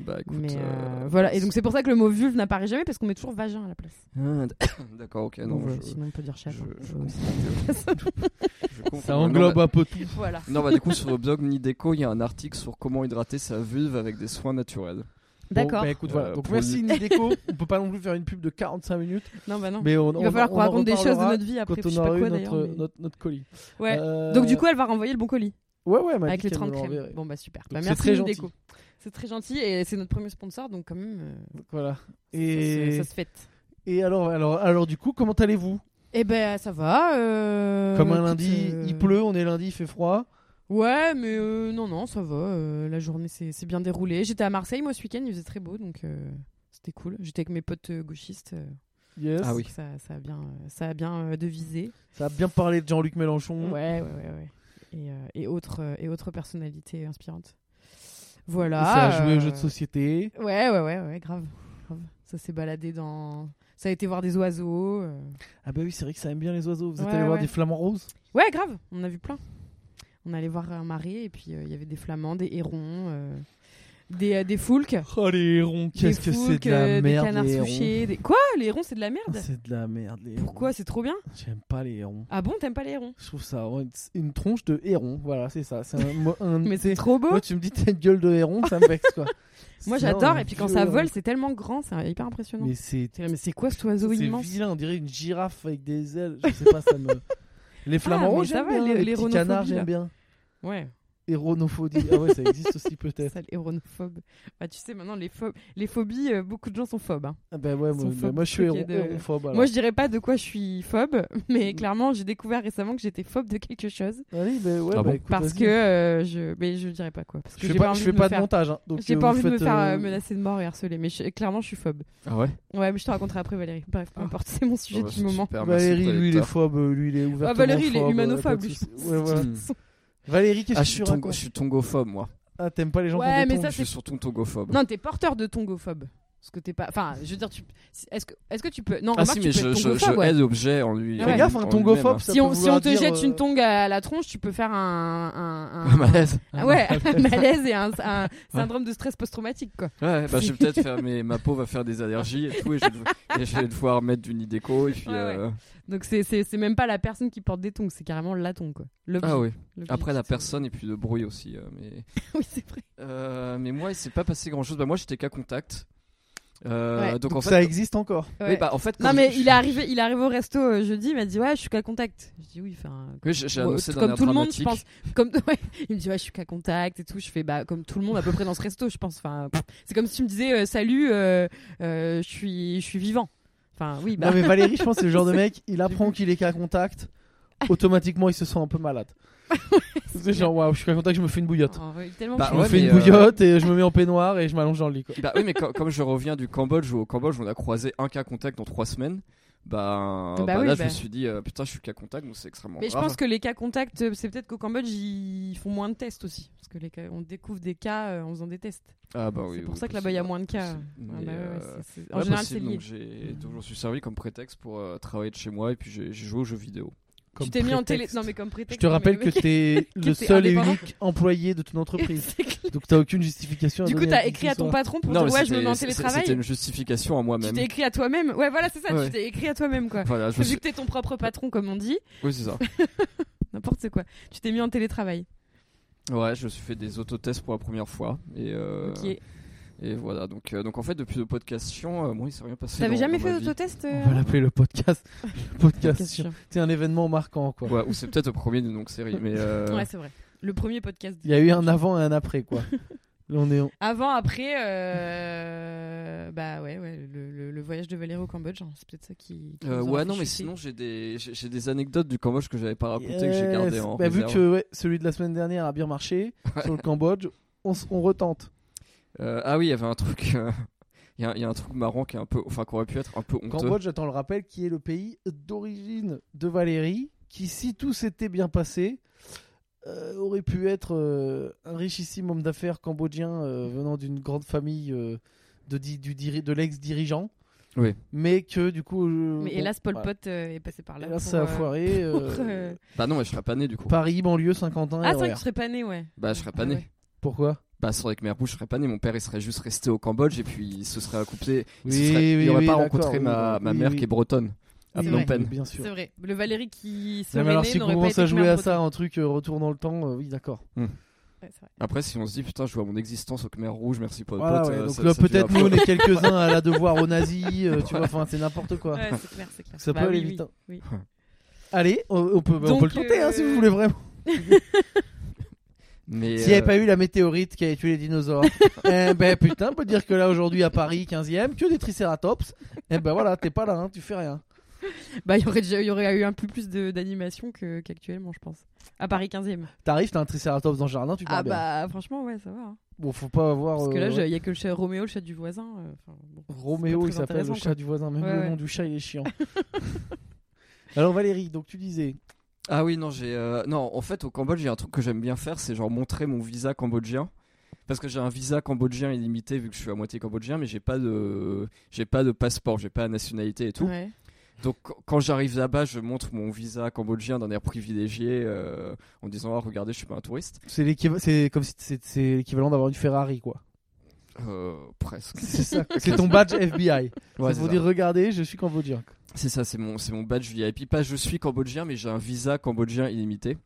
A: Bah, écoute.
B: Mais
A: euh,
B: euh, voilà, et donc c'est pour ça que le mot vulve n'apparaît jamais parce qu'on met toujours vagin à la place.
A: ah, d- D'accord,
C: Eh
A: ok, non,
B: Donc, voilà,
A: je,
B: bah, Sinon on peut dire
A: je,
B: chat.
A: je,
B: hein.
A: je
B: Euh,
A: comprends. Je comprends.
C: Ça
A: Non,
C: englobe
A: bah-
C: un peu tout.
B: Voilà.
A: Non, bah, du coup, sur le blog Nideco, il y a un article sur comment hydrater sa vulve avec des soins naturels.
B: D'accord.
C: Bon, bah, écoute, voilà.
A: Euh,
C: Donc
A: pour
C: merci Nideco. on peut pas non plus faire une pub de 45 minutes.
B: Non, bah non.
C: Mais on,
B: Il va
C: on-
B: falloir
C: on
B: qu'on
C: en
B: raconte des choses de
C: reparlera
B: notre vie après. Je
C: quand
B: sais
C: on
B: pas
C: aura
B: quoi
C: eu
B: d'ailleurs.
C: notre,
B: mais-
C: notre, notre colis.
B: Ouais.
C: Euh,
B: Donc du coup, elle va renvoyer le bon colis
C: ouais, ouais, elle m'a
B: avec
C: dit
B: les
C: qu'elle
B: 30
C: nous
B: crèmes.
C: l'enverrait.
B: Bon bah super.
C: Donc,
B: Bah,
C: c'est
B: merci
C: très
B: Nideco.
C: gentil.
B: C'est très gentil et c'est notre premier sponsor donc quand même euh,
C: Donc, Voilà.
B: ça, se,
C: Et,
B: ça se fête.
C: et alors, alors, alors, du coup, comment allez-vous
B: Eh ben ça va. euh,
C: Comme un
B: écoute,
C: lundi,
B: euh,
C: il pleut, on est lundi, il fait froid.
B: Ouais, mais euh, non non, ça va. euh, la journée s'est s'est bien déroulée. J'étais à Marseille moi ce week-end, il faisait très beau donc euh, c'était cool. J'étais avec mes potes euh, gauchistes. euh,
C: Yes.
A: Ah oui.
B: donc Ça, ça a bien, euh, ça a bien euh, devisé.
C: Ça a bien parlé de Jean-Luc Mélenchon.
B: Ouais, ouais, ouais, ouais. Et, euh, et autres, euh, et autres personnalités inspirantes. Voilà.
C: ça a joué
B: euh,
C: au jeu de société.
B: Ouais, ouais, ouais, ouais, grave. grave. Ça s'est baladé dans. Ça a été voir des oiseaux. euh.
C: Ah bah oui, c'est vrai que ça aime bien les oiseaux. Vous êtes
B: Ouais,
C: allé voir
B: ouais.
C: des flamants roses
B: Ouais, grave, on a vu plein. On allait voir un marais et puis euh, il y avait des flamands, des hérons, euh, des, euh, des foulques.
C: Oh les hérons,
B: Des
C: qu'est-ce que c'est
B: foulques,
C: de la
B: euh, Des
C: merde
B: canards
C: les hérons.
B: souchés. Des... Quoi Les hérons, c'est de la
C: Ah,
B: merde
C: C'est de la merde les hérons.
B: Pourquoi C'est trop bien
C: J'aime pas les hérons.
B: Ah bon, t'aimes pas les hérons
C: Je trouve ça vraiment une, une tronche de héron. Voilà, c'est ça. C'est un, mo- un-
B: Mais c'est
C: c'est-
B: trop beau
C: Moi, tu me dis t'as une gueule de héron, ça me vexe quoi.
B: Moi
C: C'est
B: j'adore,
C: un
B: et puis quand ça
C: vieux
B: vole,
C: héron.
B: c'est tellement grand, c'est hyper impressionnant.
C: Mais c'est
B: T'es là, Mais c'est quoi cet oiseau
C: c'est
B: immense
C: vilain, on dirait une girafe avec des ailes. Je sais pas, ça me. Les flamants
B: Ah, mais
C: rouges,
B: ça
C: j'aime
B: va,
C: bien.
B: les-
C: Les,
B: les
C: petits canards,
B: rhinophobie, là.
C: j'aime bien.
B: Ouais,
C: Héronophobie. Ah ouais, ça existe aussi peut-être.
B: sale héronophobe. Bah, tu sais, maintenant, les, pho- les phobies, euh, beaucoup de gens sont phobes. hein.
C: Ah bah ouais,
B: Ils
C: moi,
B: sont
C: bah,
B: phobes
C: moi, je suis
B: du truc
C: héron,
B: et de-
C: héronophobe. alors.
B: Moi, je dirais pas de quoi je suis phobe, mais clairement, j'ai découvert récemment que j'étais phobe de quelque chose.
C: Allez, bah ouais,
A: Ah
C: bah,
A: bon
C: écoute,
B: Parce
C: vas-y.
B: que euh, je. Mais je dirais pas quoi. Parce que
C: Je fais
B: j'ai
C: pas,
B: pas envie
C: je
B: de
C: fais
B: me
C: pas de
B: faire-
C: montage. hein, donc,
B: J'ai
C: euh,
B: pas
C: vous
B: envie de me
C: faites,
B: faire
C: euh,
B: euh, menacer de mort et harceler, mais je- clairement, je suis phobe.
A: Ah ouais
B: Ouais, mais je te raconterai après, Valérie. Bref, peu
C: Ah.
B: importe, Oh, c'est mon sujet
A: Ah bah,
B: du
A: c'est
B: moment.
A: super, merci
C: Valérie,
A: pour les
C: lui, il est
A: lecteurs.
C: phobe. Lui, il est ouvert.
B: Ah, Valérie, il est humanophobe, lui.
A: Hmm.
C: Valérie, hein. qu'est-ce
A: Ah,
C: que
A: je
C: tu
A: suis,
C: racontes
A: tongo- je suis tongophobe, moi.
C: Ah, t'aimes pas les gens qui
B: Ouais,
C: ont des
B: mais
C: tongs
B: ça,
A: je suis
B: c'est-
A: surtout tongophobe.
B: Non, t'es porteur de tongophobe. Parce que t'es pas. Enfin, je veux dire, tu. si- Est-ce que, est que tu peux. Non,
A: ah
B: remarque,
A: si,
B: tu
A: mais
B: peux
A: je,
B: être
A: je, je
B: tongophobe, ouais.
A: aide l'objet en lui.
B: Ah
A: en
B: ouais.
A: lui-
C: Gaffe, un
A: en lui-même,
C: tongophobe,
A: hein.
C: ça
B: si
C: peut
B: on, si
C: vouloir
B: on te
C: dire,
B: jette
C: euh,
B: une tongue à la tronche, tu peux faire un. un- un-
A: Un malaise.
B: Ah ouais, un malaise et un, un syndrome de stress post-traumatique, quoi.
A: Ouais, bah je vais peut-être faire mes, ma peau va faire des allergies et tout et je vais, dev- et je vais devoir mettre du Nideco et puis
B: Ouais, ouais.
A: euh,
B: Donc c'est- c'est c'est même pas la personne qui porte des tongs, c'est carrément la tongue, quoi. L'objet.
A: ah oui.
B: L'objet
A: Après
B: qui
A: la
B: se-
A: personne et puis le bruit aussi euh, mais
B: oui, c'est vrai.
A: euh, mais moi il s'est pas passé grand chose. Bah moi j'étais qu'à contact. Euh,
B: Ouais.
A: donc en
C: Donc,
A: fait
C: ça existe encore.
A: oui,
B: Ouais.
A: bah en fait
B: non,
A: quand
B: mais
A: je-
B: il est arrivé, il est arrivé au resto euh, jeudi, il m'a dit, ouais, je suis qu'à contact. Je dis, oui, enfin.
A: oui, j'ai j'ai
B: Bon,
A: annoncé d'un
B: comme
A: air
B: tout le monde,
A: dramatique.
B: je pense. Comme ouais, il me dit ouais, je suis qu'à contact et tout. Je fais bah comme tout le monde à peu près dans ce resto, je pense. Enfin, pff, c'est comme si tu me disais euh, salut, euh, euh, je suis je suis vivant. Enfin oui, bah
C: Non mais Valérie, je pense que c'est le genre de mec, il apprend qu'il est qu'à contact. automatiquement, ils se sentent un peu malades. c'est genre, waouh, je suis content que je me fais une bouillotte.
B: Oh, ouais, tellement
A: Bah,
C: je
B: chiant.
C: me
A: ouais,
C: fais une
A: mais, euh,
C: bouillotte et je me mets en peignoir et je m'allonge dans le lit. Quoi.
A: Bah oui, mais quand- comme je reviens du Cambodge, où au Cambodge on a croisé un cas contact en trois semaines, bah,
B: Bah
A: bah
B: oui,
A: là je
B: bah.
A: me suis dit euh, putain, je suis le cas contact, donc c'est extrêmement
B: Mais je
A: grave.
B: pense que les cas contacts, euh, c'est peut-être qu'au Cambodge, ils font moins de tests aussi. Parce que les cas- on découvre des cas euh, en faisant des tests.
A: Ah bah oui,
B: c'est pour
A: oui,
B: ça que là-bas, il y a
A: possible.
B: moins de cas.
A: Possible.
B: Ah
A: Mais,
B: bah ouais, ouais,
A: euh,
B: c'est- c'est- en
A: ouais,
B: général, c'est
A: possible,
B: lié.
A: donc j'ai donc j'en suis servi comme prétexte pour euh, travailler de chez moi et puis j'ai j'ai joué aux jeux vidéo.
C: Comme
B: tu t'es mis en télé.
C: prétexte.
B: Non, mais comme prétexte.
C: Je te rappelle
B: mais-
C: que t'es
B: que
C: le
B: t'es
C: seul et
B: indépendant.
C: unique employé de ton entreprise.
B: C'est clair.
C: Donc t'as aucune justification.
B: Du coup, t'as écrit à ton patron pour
A: Non,
B: dire
A: mais
B: ouais, je me
A: c'était-
B: mets en
A: c'est-
B: télétravail.
A: C'était une justification à
B: Tu
A: moi-même.
B: t'es écrit à toi-même. Ouais, voilà, c'est ça.
A: Ouais.
B: Tu t'es écrit à toi-même, quoi.
A: Voilà, je me
B: Vu
A: suis-
B: que t'es ton propre patron, comme on dit,
A: Oui, c'est ça.
B: n'importe quoi. Tu t'es mis en télétravail.
A: Ouais, je me suis fait des autotests pour la première fois. Et, euh,
B: Ok.
A: et voilà, donc, euh, donc en fait, depuis le podcast, euh, moi, il s'est rien passé.
B: T'avais
A: dans-
B: jamais
A: dans
B: fait
A: ma vie.
B: d'autotest euh,
C: On va l'appeler le podcast. Le podcast.
B: podcast,
C: sur-
B: sûr.
C: C'est un événement marquant quoi.
A: Ouais, ou c'est peut-être le premier d'une longue série, mais. euh,
B: Ouais, c'est vrai. Le premier podcast.
C: Il y a eu un avant et un après quoi. Là, on est. en-
B: Avant, après, euh, bah ouais, ouais le, le- le voyage de Valérie au Cambodge, hein, c'est peut-être ça qui. qui
A: euh,
B: nous aura
A: ouais,
B: fait
A: non, mais
B: chuter.
A: sinon, j'ai des, j'ai j'ai des anecdotes du Cambodge que j'avais pas racontées, que j'ai
C: Yes.
A: gardées en.
C: Bah, vu
A: réserve.
C: que ouais, celui de la semaine dernière a bien marché sur le Cambodge, on, s- on retente.
A: Euh, ah oui, il y avait un truc. euh, Il y, a- il y a un truc marrant qui est un peu. Enfin, qui aurait pu être un peu honteux.
C: Cambodge, attends, le rappel, qui est le pays d'origine de Valérie, qui si tout s'était bien passé. euh, aurait pu être euh, un richissime homme d'affaires cambodgien euh, venant d'une grande famille euh, de, di- du diri- de l'ex-dirigeant.
A: Oui.
C: Mais que du coup. euh,
B: Mais
C: bon,
B: hélas, Paul
C: voilà.
B: Pot euh, est passé par là.
C: Hélas,
B: pour,
C: ça a
B: euh,
C: foiré.
B: pour,
C: euh,
B: euh,
A: Bah non, mais je serais pas né du coup.
C: Paris, banlieue, Saint-Quentin.
B: Ah, c'est
C: RER.
B: vrai que tu serais pas né, ouais.
A: Bah, je serais pas
B: Ah
A: né.
B: ouais.
C: Pourquoi
A: Bah, sans avec mes je serais pas né. Mon père, il serait juste resté au Cambodge et puis il se serait accouplé. il se
C: Oui,
A: serait-
C: oui,
A: il aurait
C: oui,
A: pas
C: d'accord,
A: rencontré
C: oui,
A: ma,
C: oui,
A: ma
C: oui,
A: mère
C: oui.
A: qui est bretonne. à
B: Oui,
A: Phnom
B: oui.
A: Penh.
C: Bien sûr.
B: C'est vrai. Le Valérie qui
C: Non,
B: serait
C: mais alors,
B: né
C: si on
B: n'aurait pas
C: commence
B: été
C: à
B: que
C: jouer
B: Mère
C: à
B: Breton.
C: ça, un truc euh, retour dans le temps, euh, oui, d'accord.
B: Ouais, c'est vrai.
A: Après, si on se dit putain, je joue à mon existence au Khmer Rouge, merci pour le
C: Voilà,
A: pote,
C: ouais,
A: euh,
C: donc
A: ça-
C: là,
A: ça devient
C: peut-être
A: un peu-
C: nous, on est quelques-uns à la devoir aux nazis, euh, tu vois, enfin, c'est n'importe quoi.
B: Ouais, c'est clair, c'est clair.
C: Ça
B: Bah
C: peut
B: oui,
C: aller
B: oui,
C: vite. hein.
B: oui.
C: Allez, on, on peut, on
B: Donc,
C: peut le tenter hein,
B: euh,
C: si vous voulez vraiment.
A: Mais,
C: S'il n'y avait
A: euh,
C: pas eu la météorite qui avait tué les dinosaures, eh ben putain, on peut dire que là aujourd'hui à Paris, 15ème, que des tricératops, eh ben voilà, t'es pas là, hein, tu fais rien.
B: Bah, il y aurait déjà- il y aurait eu un peu plus de- d'animation que- qu'actuellement, je pense. À Paris 15 e
C: T'arrives, t'as un tricératops dans le jardin, tu pars
B: Ah,
C: bien.
B: bah, franchement, ouais, ça va. hein. Oh,
C: Bon, faut pas avoir.
B: Parce que
C: euh,
B: là, je- il y a que le chat Roméo, le chat du voisin. euh, enfin, bon, c'est pas
C: Roméo,
B: très
C: il s'appelle
B: intéressant,
C: le
B: quoi.
C: chat du voisin. Même
B: Ouais,
C: le
B: ouais.
C: nom du chat, il est chiant. Alors Valérie, donc tu disais,
A: Ah oui, non, j'ai. euh, Non, en fait, au Cambodge, il y a un truc que j'aime bien faire, c'est genre montrer mon visa cambodgien. Parce que j'ai un visa cambodgien illimité, vu que je suis à moitié cambodgien, mais j'ai pas de. J'ai pas de passeport, j'ai pas la nationalité et tout.
B: Ouais.
A: Donc, qu- quand j'arrive là-bas, je montre mon visa cambodgien d'un air privilégié, euh, en disant, ah, regardez, je suis pas un touriste.
C: c'est l'équiva- c'est comme si c'est c'est l'équivalent d'avoir une Ferrari, quoi.
A: Euh, presque.
C: C'est ça. c'est ton badge FBI.
A: Ouais,
C: c'est
A: c'est
C: pour
A: ça.
C: dire, regardez, je suis cambodgien.
A: C'est ça, c'est mon, c'est mon badge VIP. Pas je suis cambodgien, mais j'ai un visa cambodgien illimité.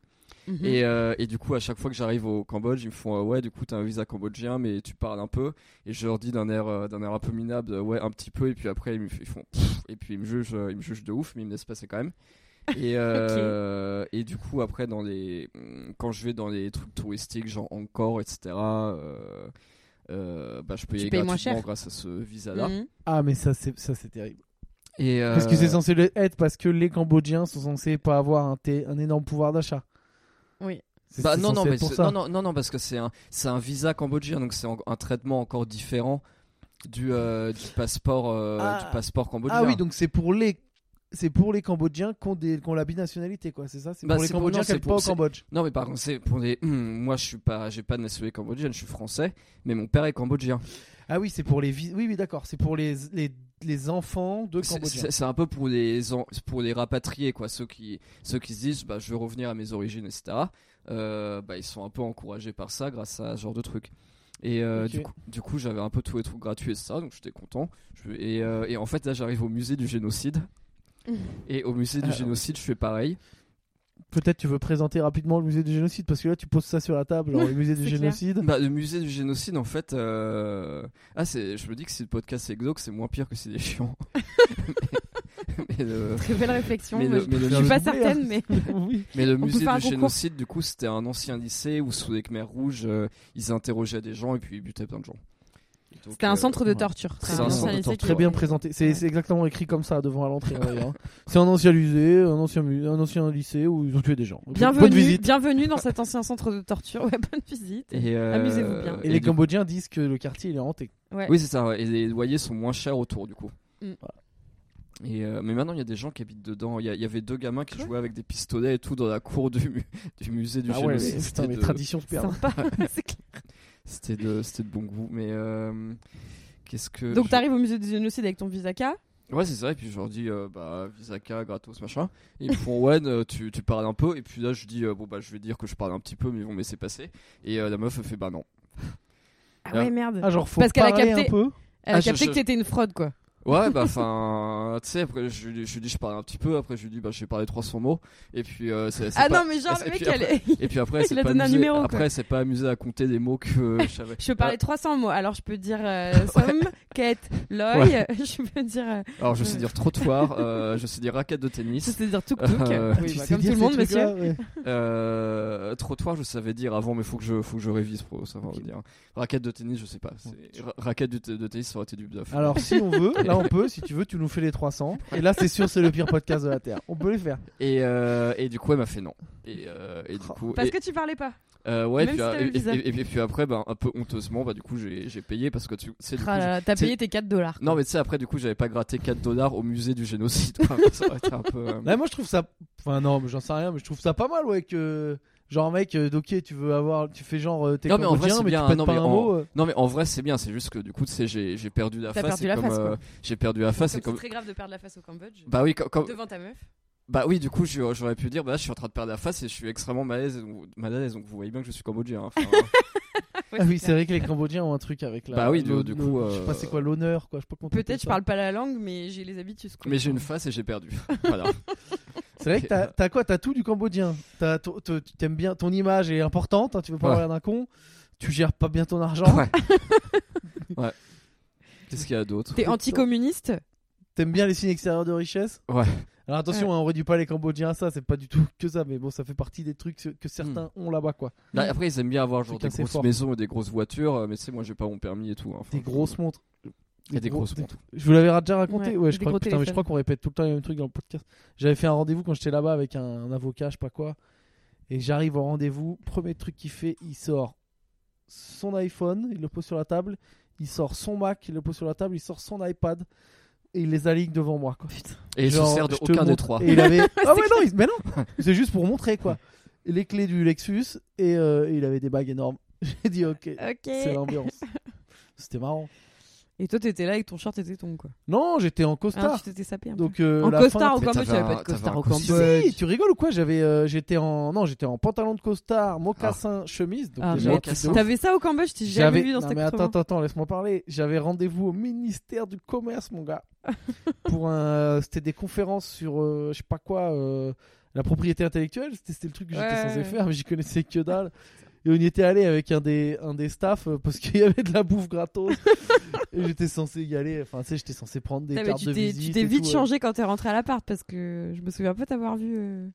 B: Mhm.
A: Et, euh, et du coup, à chaque fois que j'arrive au Cambodge, ils me font euh, Ouais, du coup, t'as un visa cambodgien, mais tu parles un peu. Et je leur dis d'un air, euh, d'un air un peu minable euh, Ouais, un petit peu. Et puis après, ils me f- ils font Pfff Et puis ils me, jugent, euh, ils me jugent de ouf, mais ils me laissent passer quand même. Et, euh, et du coup, après, dans les... mm, quand je vais dans les trucs touristiques, genre Angkor, etc., euh, euh, bah, je peux y
B: Tu
A: aller
B: payes moins
A: gratuitement
B: cher.
A: grâce à ce visa-là.
B: Mhm.
C: Ah, mais ça, c'est ça, c'est terrible.
A: Et, euh,
C: Parce que c'est censé le être parce que les Cambodgiens sont censés pas avoir un, thé- un énorme pouvoir d'achat.
B: Oui.
C: C'est-
A: Bah
C: c'est
A: non
C: censé
A: non
C: être
A: mais
C: pour
A: c'est-
C: ça.
A: non non non non, parce que c'est un c'est un visa cambodgien donc c'est en- un traitement encore différent du euh, du passeport euh,
C: Ah.
A: du passeport cambodgien.
C: Ah oui, donc c'est pour les c'est pour les Cambodgiens qui ont, des, qui ont la binationalité, quoi. C'est ça. C'est
A: Bah,
C: pour les
A: c'est pour-
C: Cambodgiens
A: non,
C: qui habitent
A: c'est pour-
C: pas au
A: c'est-
C: Cambodge.
A: Non mais par contre c'est pour les Hum, moi je suis pas j'ai pas de nationalité cambodgienne je suis français mais mon père est cambodgien.
C: Ah oui, c'est pour les vi- oui, oui, d'accord. C'est pour les, les les enfants de
A: C'est-
C: Cambodgiens.
A: C'est c'est un peu pour les en- pour les rapatriés quoi ceux qui ceux qui se disent bah je veux revenir à mes origines etc. Euh, bah ils sont un peu encouragés par ça grâce à ce genre de truc. Et euh,
C: Ok.
A: du coup, du coup, j'avais un peu tous les trucs gratuits et ça, donc j'étais content. Je- et, euh, et en fait, là, j'arrive au musée du génocide. Et au musée du
C: Alors.
A: génocide, je fais pareil.
C: Peut-être tu veux présenter rapidement le musée du génocide parce que là tu poses ça sur la table, alors, le musée du
B: C'est
C: génocide.
A: Bah, le musée du génocide, en fait, euh, ah, c'est, je me dis que si le podcast est exo, que c'est moins pire que si des chiants. mais, mais le,
B: Très belle réflexion.
A: mais
B: moi,
A: le- mais le-
B: je suis pas
C: Faire le
B: certaine, mais.
C: doublé, oui.
A: mais le
B: peut
A: musée
B: faire un
A: du
B: concours.
A: génocide, du coup, c'était un ancien lycée où sous les Khmers rouges, euh, ils interrogeaient des gens et puis ils butaient plein de gens. Donc,
B: C'était
A: euh,
B: un centre de
C: ouais.
B: torture.
A: C'est
B: C'est
A: un
B: un
A: centre
B: ancien
A: de
B: lycée
A: torture.
B: qui-
C: Très bien présenté. C'est
B: Ouais.
C: c'est exactement écrit comme ça devant à l'entrée. hein, d'ailleurs. c'est un ancien musée, un ancien, mu- un ancien lycée où ils ont tué des gens. Donc, Bonne
B: Bienvenue,
C: visite.
B: bienvenue dans cet ancien centre de torture. Ouais, bonne visite.
A: Et, euh,
B: Amusez-vous bien.
C: Et,
A: et
C: les
A: du-
C: Cambodgiens disent que le quartier il est hanté.
B: Ouais.
A: Oui, c'est ça. ouais. Et les loyers sont moins chers autour, du coup.
B: Mm.
A: Et euh, mais maintenant, il y a des gens qui habitent dedans. Il y, a- il y avait deux gamins qui
B: Quoi
A: jouaient avec des pistolets et tout dans la cour du, mu- du musée du
C: ah ouais,
A: génocide.
C: mais, putain,
A: C'était
C: mais
A: de-
C: tradition se perd.
B: Sympa. C'est clair.
A: C'était de, c'était de bon goût. Mais euh, qu'est-ce que.
B: Donc
A: Euh, je-
B: t'arrives au musée du génocide avec ton visa K.
A: Ouais, c'est ça. Et puis je leur dis, euh, bah, Visaka, gratos, machin. Et ils me font, ouais, euh, tu, tu parles un peu. Et puis là, je dis, euh, bon, bah, je vais dire que je parle un petit peu, mais ils vont me laisser passer. Et euh, la meuf, elle fait, bah, non.
B: Ah
A: Ah.
B: ouais, merde.
C: Ah, genre, faut
B: Parce qu'elle a
C: parler
B: capté.
C: un peu.
B: Elle a
A: Ah, je-
B: capté
A: je-
B: que t'étais une fraude, quoi.
A: Ouais, bah, enfin, tu sais, après, je lui je lui dis, je parle un petit peu. Après, je lui dis, bah, j'ai parlé 300 mots. Et puis, euh, c'est- c'est
B: Ah
A: pas-
B: non, mais genre,
A: Et
B: le mec,
A: puis
B: elle
A: après-
B: est-
A: Et puis après,
B: Il a
A: c'est pas
B: donné un
A: amusé.
B: numéro, quoi.
A: après, c'est pas amusé à compter des mots que euh, je savais.
B: Je parlais 300 mots, alors je peux dire euh, somme, quête, l'œil, je peux dire, euh,
A: Alors, je sais dire trottoir, euh, je sais dire raquette de
B: je
A: tennis,
B: sais dire tuk tuk,
A: Euh,
B: oui,
C: Tu
B: bah,
C: sais
B: comme tout
C: dire
B: le
C: ces
B: monde,
C: trucs-là,
B: monsieur.
C: ouais.
A: euh, trottoir, je savais dire avant, mais faut que je, faut que je révise pour savoir
C: Ok.
A: dire. Raquette de tennis, je sais pas. C'est- ra- Raquette de, te- de tennis, ça aurait été du bluff.
C: Alors, si on veut, là on peut. Si tu veux, tu nous fais les 300. Et là, c'est sûr, c'est le pire podcast de la Terre. On peut les faire.
A: Et, euh, et du coup, elle m'a fait non. Et, euh, et du
C: Oh.
A: coup,
B: Parce
A: et-
B: que tu parlais pas.
A: euh, ouais,
B: même
A: puis,
B: si t'avais
A: et,
B: le visa.
A: et- et- et puis après, bah, un peu honteusement, bah, du coup, j'ai j'ai payé parce que tu sais, du coup,
B: Ah là là, T'as
A: c'est-
B: payé tes 4 dollars.
A: j'ai- non, mais tu sais, après, du coup, j'avais pas gratté 4 dollars au musée du génocide. quoi. ça aurait été un peu. euh,
C: Là, Bah, moi, je trouve ça. Enfin, non, mais j'en sais rien, mais je trouve ça pas mal, ouais. Que... Genre, mec, euh, ok, tu veux avoir. Tu fais genre. euh, T'es
A: Non, mais en vrai,
C: cambodgien,
A: c'est
C: mais
A: bien,
C: tu pètes
A: non,
C: pas
A: mais
C: un
A: en-
C: mot. euh.
A: Non mais en vrai c'est bien, c'est juste que du coup tu sais j'ai j'ai perdu la
B: T'as
A: face.
B: perdu
A: et
B: la
A: comme,
B: face, quoi.
A: euh, j'ai perdu la face et
B: C'est
A: comme
B: très grave de perdre la face au Cambodge.
A: bah oui comme, comme-
B: Devant ta meuf.
A: bah oui du coup j'aurais j'aurais pu dire bah je suis en train de perdre la face et je suis extrêmement mal à l'aise donc, mal à l'aise, donc vous voyez bien que je suis cambodgien. hein. Enfin,
C: Ah oui, c'est vrai que les Cambodgiens ont un truc avec la.
A: Bah oui, du-
C: le-
A: du
C: le-
A: coup,
C: Je sais
A: euh,
C: pas, c'est quoi l'honneur, quoi. Je sais pas comment on appelle
B: Peut-être je
C: ça.
B: parle pas la langue, mais j'ai les habitus, quoi.
A: mais j'ai une face et j'ai perdu. Voilà.
C: C'est vrai que t'as t'as quoi T'as tout du Cambodgien. T'as- t'o- t'o- Tu t'aimes bien. Ton image est importante. hein, tu veux pas
A: Ouais.
C: avoir l'air d'un con. Tu gères pas bien ton argent.
A: ouais. Ouais. Qu'est-ce qu'il y a d'autre
B: T'es anticommuniste
C: T'aimes bien les signes extérieurs de richesse.
A: Ouais.
C: Alors attention, hein, on réduit pas les Cambodgiens à ça. C'est pas du tout que ça, mais bon, ça fait partie des trucs que certains
A: Hmm.
C: ont là-bas, quoi.
A: Là, Bah, après ils aiment bien avoir genre
C: Truc
A: des
C: assez
A: grosses
C: fort.
A: maisons et des grosses voitures euh, mais tu sais moi j'ai pas mon permis et tout. hein. Enfin,
C: Des grosses montres.
A: et des
C: gros-
A: grosses montres.
C: Je vous l'avais déjà raconté.
B: Ouais,
C: Ouais, je
B: des
C: crois.
B: gros
C: putain, mais je
B: téléphones.
C: crois qu'on répète tout le temps les mêmes trucs dans le podcast. J'avais fait un rendez-vous quand j'étais là-bas avec un, un avocat, je sais pas quoi. Et j'arrive au rendez-vous. Premier truc qu'il fait, il sort son iPhone, il le pose sur la table. Il sort son Mac, il le pose sur la table. Il sort son iPad. Et il les aligne devant moi, quoi.
A: Et ils se
C: Genre,
A: servent de
C: je te
A: aucun des
C: montre.
A: trois.
C: Et il avait. ah ouais, non, il- mais non C'est juste pour montrer, quoi. Les clés du Lexus et euh, il avait des bagues énormes. J'ai dit, ok,
B: Ok.
C: c'est l'ambiance. C'était marrant.
B: Et toi, t'étais là avec ton short et tes tongs, quoi.
C: Non, j'étais en
B: Ah,
C: costard.
B: tu t'étais sapé un peu.
C: Donc, euh,
B: En
C: la
B: costard
C: fin-
B: au
A: Mais t'avais
B: Cambodge, j'avais
A: un-
B: pas de
A: t'avais
B: costard
A: un
B: au
A: costard.
B: Cambodge.
C: Si, tu rigoles ou quoi J'avais, euh, j'étais en, non, j'étais en pantalon de costard, mocassin, chemise. Donc
B: Ah,
C: déjà,
B: mais
C: un truc de
A: mocassin.
C: ouf.
B: T'avais ça au Cambodge, t'es jamais
C: J'avais,
B: vu dans
C: non,
B: cet
C: mais attends, attends, attends, laisse-moi parler. J'avais rendez-vous au ministère du commerce, mon gars, pour un, c'était des conférences sur, euh, je sais pas quoi, euh, la propriété intellectuelle. C'était, c'était le truc que j'étais
B: Ouais,
C: censé
B: ouais.
C: faire, mais j'y connaissais que dalle. Et on y était allé avec un des, un des staffs euh, parce qu'il y avait de la bouffe gratos. et j'étais censé y aller. Enfin, tu sais, j'étais censé prendre des
B: Putain, mais
C: cartes
B: tu
C: de
B: t'es-
C: visite.
B: Tu t'es
C: et
B: vite
C: tout, euh.
B: changé quand t'es rentré à l'appart parce que je me souviens pas t'avoir vu. euh.
C: Ouais,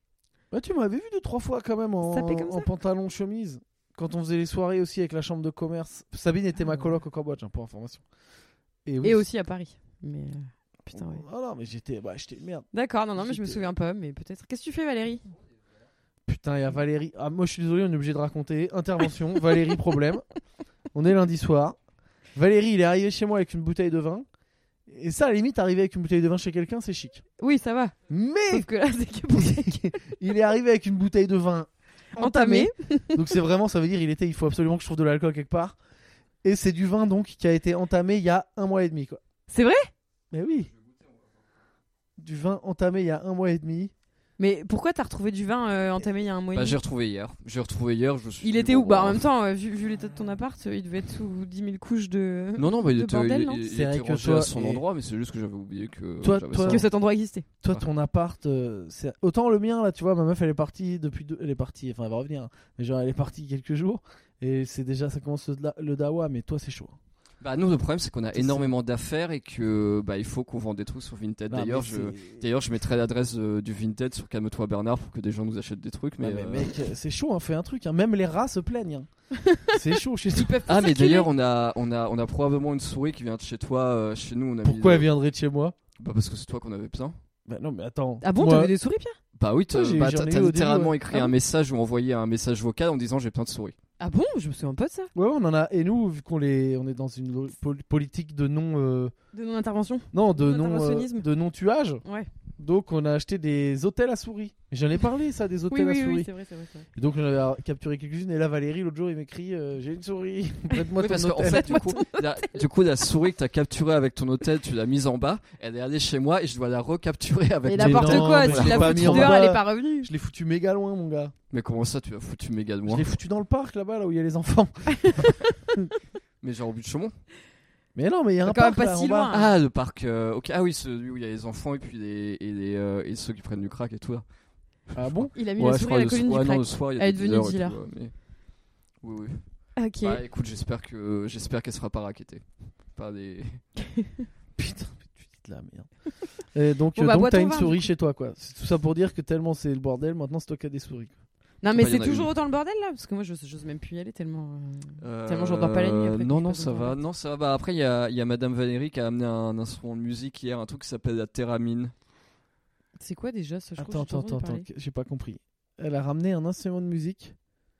C: Bah, tu m'avais vu deux, trois fois quand même en,
B: Sapé comme
C: en
B: ça.
C: pantalon chemise. Quand on faisait les soirées aussi avec la chambre de commerce. Sabine était ma coloc au Cambodge, hein, pour information. oui,
B: Ah. Et aussi à Paris. Mais euh, putain, ouais.
C: Ah non, mais j'étais bah, j'étais une merde.
B: D'accord, non, non, mais je me
C: J'étais-
B: souviens pas, mais peut-être. Qu'est-ce que tu fais, Valérie
C: Putain, il y a Valérie. Ah, moi, je suis désolé, on est obligé de raconter. Intervention, Valérie, problème. On est lundi soir. Valérie, il est arrivé chez moi avec une bouteille de vin. Et ça, à la limite, arriver avec une bouteille de vin chez quelqu'un, c'est chic.
B: Oui, ça va.
C: Mais
B: Sauf que là, c'est que pour
C: il est arrivé avec une bouteille de vin entamée.
B: entamer.
C: Donc c'est vraiment, ça veut dire, il était, il faut absolument que je trouve de l'alcool quelque part. Et c'est du vin donc qui a été entamé il y a un mois et demi, quoi.
B: C'est vrai
C: Mais oui. Du vin entamé il y a un mois et demi.
B: Mais pourquoi t'as retrouvé du vin euh, entamé il y a un mois et
A: Bah,
B: demi
A: j'ai retrouvé hier. J'ai retrouvé hier, je me suis
B: Il
A: dit,
B: était
A: bon,
B: où Bah, en même temps, euh, vu, vu l'état de ton appart, euh, il devait être sous 10 000 couches de.
A: Non non, bah, il
B: de
A: était
B: bordel, non
A: il- il
C: C'est vrai
A: était
C: que
A: rangé
C: toi
A: à son
C: et-
A: endroit mais c'est juste que j'avais oublié que
C: Toi-
A: j'avais
C: toi-
A: ça.
B: Que cet endroit existait.
C: Toi,
A: Ouais.
C: ton appart, euh, c'est autant le mien là, tu vois, ma meuf elle est partie depuis, deux... elle est partie, enfin elle va revenir, hein. mais genre elle est partie quelques jours et c'est déjà ça commence le, da- le dawa, mais toi c'est chaud.
A: Bah nous le problème c'est qu'on a
C: C'est ça.
A: énormément d'affaires et que bah il faut qu'on vende des trucs sur Vinted.
C: Non,
A: D'ailleurs
C: Bah, mais
A: je
C: c'est-
A: d'ailleurs je mettrai l'adresse euh, du Vinted sur Calme-toi Bernard pour que des gens nous achètent des trucs. Mais,
C: Non, mais
A: euh,
C: mec, euh, c'est chaud, hein, fais un truc. hein. Même les rats se plaignent. hein. c'est chaud chez toi.
A: ah mais
B: circuler.
A: d'ailleurs on a on a on a probablement une souris qui vient de chez toi euh, chez nous. On a mis
C: Pourquoi
A: le-
C: elle viendrait de chez moi
A: Bah parce que c'est toi qu'on avait besoin.
C: Bah non, mais attends.
B: Ah bon,
C: Moi-
B: t'avais des souris, Pierre
A: Bah oui
C: Ouais,
A: t'as
C: j'ai-
A: bah,
C: j'en
A: t'as-
C: ai eu
A: t'as
C: au début,
A: littéralement
C: ouais.
A: écrit
C: Ah
A: un
C: bon
A: message ou envoyé un message vocal en disant j'ai plein de souris.
B: Ah bon Je me souviens pas de ça.
C: Ouais, on en a. Et nous, vu qu'on les... on est dans une lo- pol- politique de non. euh,
B: De non-intervention
C: Non, de non,
B: D'interventionnisme.
C: euh, de non tuage.
B: Ouais.
C: Donc on a acheté des hôtels à souris. Mais J'en ai parlé ça des
B: Oui,
C: hôtels à
B: oui,
C: souris.
B: oui, c'est vrai, c'est vrai. c'est vrai.
C: Et donc on a capturé quelques-unes et là Valérie l'autre jour il m'écrit euh, j'ai une souris prête-moi
A: Oui,
C: ton
A: parce qu'en
C: hôtel.
A: fait, du coup, la, du coup, la souris que t'as capturée avec ton hôtel, tu l'as mise en bas, elle est allée chez moi et je dois la recapturer avec toi.
B: Mais
C: la-
B: n'importe
C: non,
B: quoi,
C: mais
B: tu
A: je l'ai
B: l'as
A: pas
B: foutue
A: mis en
B: dehors, elle
C: bas.
B: est pas revenue.
C: Je l'ai foutu méga loin mon gars.
A: Mais comment ça, tu l'as foutu méga de
C: Je
A: moi
C: l'ai foutu dans le parc là-bas là où il y a les enfants.
A: Mais genre au but de Chaumont
C: Mais non mais il y a un
B: C'est quand même
C: parc
B: pas
C: là,
B: si
C: en bas.
B: loin. Ah.
A: Ah, le parc. euh, ok. Ah oui, celui où il y a les enfants et puis les, et les, euh, et ceux qui prennent du crack et tout. Là.
C: Ah bon
B: Il a mis
A: Ouais,
B: la
A: je
B: souris
A: crois
B: à la
A: le
B: colline du
A: soir- ouais, non,
B: crack.
A: le soir, il y a
B: Elle est
A: des dealers
B: devenue
A: et
B: dealer.
A: tout, ouais, mais- Oui, oui.
B: Ok.
A: Bah écoute, j'espère que j'espère qu'elle sera pas raquettée. Par des.
C: Putain mais tu dis de la merde. Et donc
B: Bon,
C: euh,
B: bah,
C: donc
B: bois
C: t'as
B: ton
C: une
B: vin,
C: souris chez toi quoi. C'est tout ça pour dire que tellement c'est le bordel maintenant c'est toi qui as des souris. quoi.
B: Non, mais
A: Bah, il y
B: c'est
A: en a
B: toujours
A: une.
B: autant le bordel là Parce que moi, je j'ose même plus y aller tellement. euh,
A: Euh,
B: Tellement je dors pas la nuit après que
A: Non,
B: je
A: non,
B: passe
A: ça
B: dans
A: va.
B: le-
A: Non, ça va. Bah, après, il y a, il y a Madame Valérie qui a amené un instrument de musique hier, un truc qui s'appelle la théramine.
B: C'est quoi déjà ce je
C: Attends
B: crois que j'ai
C: attends
B: entendu
C: attends
B: parler.
C: attends j'ai pas compris. Elle a ramené un instrument de musique.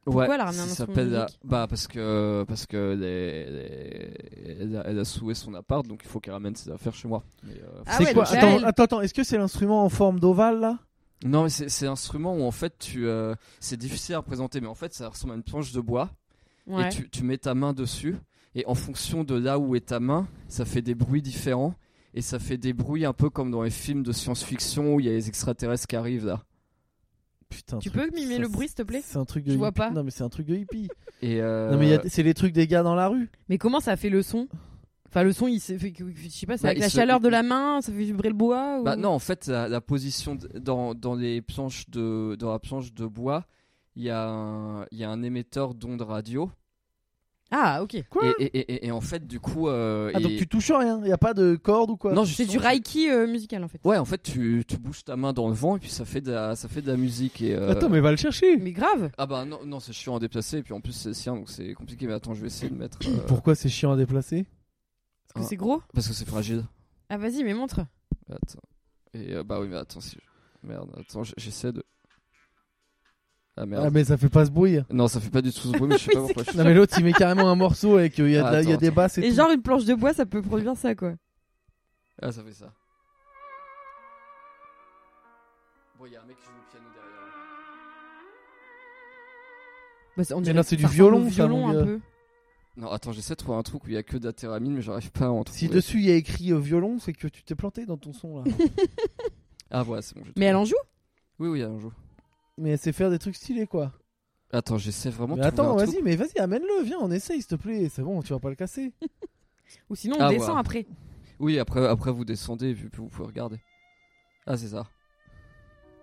B: Pourquoi elle a ramené un
A: ça
B: instrument de
A: s'appelle la-
B: musique
A: Bah parce que parce que les- les- elle, a, elle a soué son appart, donc il faut qu'elle ramène ses affaires chez moi. Mais, euh,
B: Ah
C: c'est
B: ouais,
C: quoi
B: donc là,
C: attends,
B: elle-
C: attends attends est-ce que c'est l'instrument en forme d'ovale là
A: Non, mais c'est c'est un instrument où en fait tu euh, c'est difficile à représenter, mais en fait ça ressemble à une planche de bois
B: Ouais.
A: et tu, tu mets ta main dessus et en fonction de là où est ta main, ça fait des bruits différents et ça fait des bruits un peu comme dans les films de science-fiction où il y a les extraterrestres qui arrivent là.
C: Putain.
B: Tu
C: truc-
B: peux mimer
C: ça,
B: le bruit, s'il te plaît
C: C'est un truc de
B: Je vois
C: hippie.
B: pas.
C: Non mais c'est un truc de hippie.
A: Et euh,
C: Non mais il y a- c'est les trucs des gars dans la rue.
B: Mais comment ça fait le son Enfin, le son, il s'est fait. Je sais pas, c'est
A: Bah,
B: avec
A: il
B: la
A: se-
B: chaleur de la main, ça fait vibrer le bois ou...
A: Bah non, en fait, la, la position d- dans, dans les planches de dans la planche de bois, il y a un, il y a un émetteur d'ondes radio.
B: Ah, ok.
C: Quoi
A: et, et, et, et- et en fait, du coup, euh,
C: Ah
A: et-
C: donc tu touches rien, il y a pas de corde ou quoi
A: non,
B: C'est
A: justement,
B: du reiki euh, musical en fait.
A: Ouais, en fait, tu, tu bouges ta main dans le vent et puis ça fait de la, ça fait de la musique et. euh,
C: Attends mais va le chercher.
B: Mais grave
A: Ah bah non, non c'est chiant à déplacer et puis en plus c'est le sien donc c'est compliqué mais attends je vais essayer de mettre euh,
C: Pourquoi c'est chiant à déplacer
B: Parce
A: Ah.
B: que c'est gros
A: parce que c'est fragile.
B: Ah, vas-y, mais montre
A: Attends. Et euh, bah oui mais attends si je- merde attends j- j'essaie de ah merde
C: Ah mais ça fait pas ce bruit.
A: non ça fait pas du tout ce bruit mais je sais pas
B: Oui,
A: pourquoi je
C: Non mais l'autre il met carrément un morceau avec il y a, de la- il y a
A: Attends,
C: des basses et,
B: Et
C: tout.
B: genre, une planche de bois, ça peut produire ça quoi.
A: Ah, ça fait ça. Bon, il y a un mec qui joue au piano derrière. hein.
B: Bah, c'est- on
C: Mais
B: dirait
C: non,
B: que
C: c'est du
B: ressemble au
C: violon, ça,
B: violon
C: mon
B: un
C: gars.
B: peu.
A: Non, attends, j'essaie de trouver un truc où il y a que de la théramine, mais j'arrive pas à en trouver.
C: Si dessus il y a écrit euh, violon, c'est que tu t'es planté dans ton son là.
A: Ah, voilà, c'est bon. j'ai
B: Mais elle en joue
A: trouvé. Oui, oui, elle en joue.
C: mais c'est faire des trucs stylés quoi.
A: Attends, j'essaie vraiment
C: mais
A: de trouver
C: attends,
A: un truc.
C: vas-y, mais vas-y, amène-le, viens, on essaye s'il te plaît, c'est bon, tu vas pas le casser.
B: Ou sinon, on
A: Ah,
B: descend
A: voilà.
B: après.
A: Oui, après, après vous descendez et puis vous pouvez regarder. Ah, c'est ça.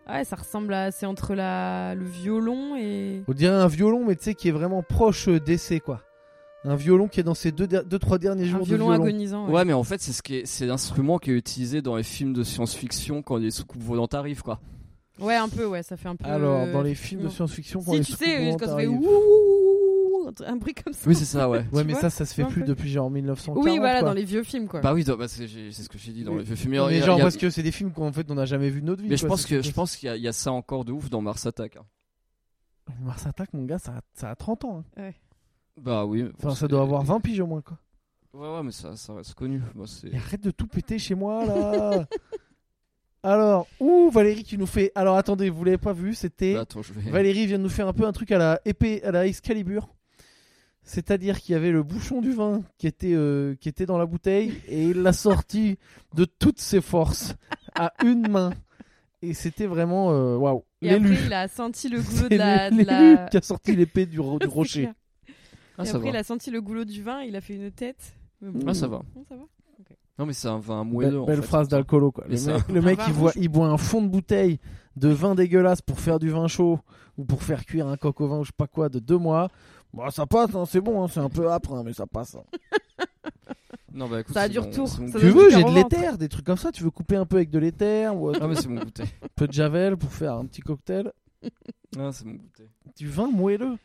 B: Ouais, ça ressemble à. C'est entre la... le violon et.
C: On dirait un violon mais tu sais qui est vraiment proche euh, d'essai quoi. Un violon qui est dans ses deux, der- deux trois derniers
B: Un
C: jours
B: violon
C: de violon.
B: agonisant.
A: Ouais,
B: ouais.
A: mais en fait, c'est ce qui est- c'est l'instrument qui est utilisé dans les films de science-fiction quand les soucoupes volantes arrivent, quoi.
B: Ouais, un peu, ouais, ça fait un peu.
C: Alors,
B: euh,
C: dans les films de
B: effectivement.
C: science-fiction, quand
B: Si
C: les
B: tu sais,
C: secours
B: quand ça
C: volants
B: fait
C: t'arrivent.
B: ouh, un bruit comme ça.
A: Oui, c'est ça, ouais.
C: Ouais,
B: tu
C: mais
B: vois,
C: ça, ça se fait
B: un
C: plus
B: peu.
C: depuis genre 1940.
B: Oui, voilà,
C: quoi.
B: dans les vieux films quoi.
A: Bah oui, dans- bah, c'est j'ai- c'est ce que j'ai dit dans
C: Mais-
A: les films. Mais,
C: Mais
A: il y a-
C: genre,
A: il y a-
C: parce que c'est des films qu'en fait, on n'a jamais vu de notre vie.
A: mais je
C: quoi,
A: pense
C: c'est
A: que
C: tout
A: je pense qu'il y, a- il y a ça encore de ouf dans Mars Attack. hein.
C: ça. Mars Attack, mon gars, ça a, ça a 30 ans. hein.
A: Bah oui.
C: Enfin,
A: bon,
C: ça
A: c'est-
C: doit avoir 20 piges au moins, quoi.
A: Ouais, ouais, mais ça, ça reste connu. Moi, c'est...
C: Et arrête de tout péter chez moi, là. Alors, ouh, Valérie qui nous fait. Alors, attendez, vous l'avez pas vu, c'était.
A: Bah, attends, je vais.
C: Valérie vient de nous faire un peu un truc à la épée, à la Excalibur. C'est-à-dire qu'il y avait le bouchon du vin qui était, euh, qui était dans la bouteille et il l'a sorti de toutes ses forces à une main. Et c'était vraiment euh, waouh.
B: Et après,
C: L'élu.
B: il a senti le goulot
C: C'est
B: de la. de
C: l'élu
B: la-
C: qui a sorti l'épée du, ro- du
B: C'est
C: rocher.
B: clair.
A: Ah,
B: et
A: ça
B: après,
A: va.
B: il a senti le goulot du vin, il a fait une tête. Mais bon.
A: Ah, ça va.
B: Non, ça va.
A: Non, mais c'est un vin
C: Belle,
A: moelleux. en
C: belle
A: fait.
C: phrase d'alcoolo quoi. Le
A: Mais
C: mec,
A: ça-
C: le mec,
B: Un vin
C: il, voit,
B: rouge.
C: il boit un fond de bouteille de vin dégueulasse pour faire du vin chaud ou pour faire cuire un Bah, coq au vin ou je sais pas quoi de deux mois. Bon, ça passe, hein, c'est bon, hein, c'est un peu âpre, hein, mais ça passe. hein.
A: Non, bah écoute,
B: Ça a
A: c'est
B: du
A: mon-
B: retour,
A: c'est mon
B: ça
A: goûter.
C: Tu
B: donne
C: veux,
B: du
C: j'ai de
B: carreau
C: l'éther, des trucs comme ça. Tu veux couper un peu avec de l'éther ou
A: Ah, mais c'est mon goûter.
C: un peu de javel pour faire un petit cocktail.
A: Ah, c'est mon goûter.
C: Du vin moelleux.
B: Du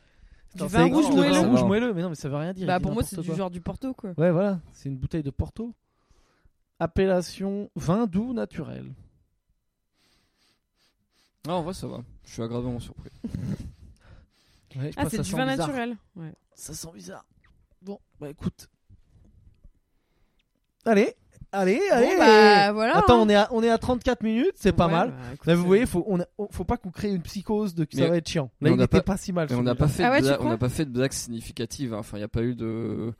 C: Putain,
B: vin
C: ça
B: rouge
C: existe, le
B: moelleux.
C: vin rouge
A: Non.
C: moelleux, mais non, mais ça veut rien dire.
B: Bah,
C: il
B: pour
C: dit
B: moi,
C: n'importe
B: c'est du
C: quoi.
B: genre du Porto, quoi.
C: Ouais, voilà, c'est une bouteille de Porto. Appellation vin doux naturel.
A: Ah, en vrai, ça va. Je suis agréablement surpris.
C: Ah, Ouais, je
B: Ah,
C: pense
B: c'est
C: que ça
B: du
C: sent
B: vin
C: bizarre.
B: naturel. Ouais.
C: Ça sent bizarre. Bon, bah écoute. Allez, allez, allez.
B: Bon, bah, voilà.
C: Attends,
B: hein.
C: on est, à, on est à 34 minutes, c'est pas
B: Ouais,
C: mal.
B: bah, écoute,
C: Là, vous
B: c'est-
C: voyez, faut, on a- on- faut pas qu'on crée une psychose de que ça
A: Mais-
C: va être chiant.
A: mais
C: Là,
A: on
C: il
A: n'a
C: n'était
A: pas-
C: pas, si mal.
A: Mais on n'a
C: celui-là.
A: pas, fait
B: Ah ouais,
A: de
B: tu
A: blague- on
B: crois
A: n'a pas fait de blagues significatives. hein. Enfin, il n'y a pas eu de.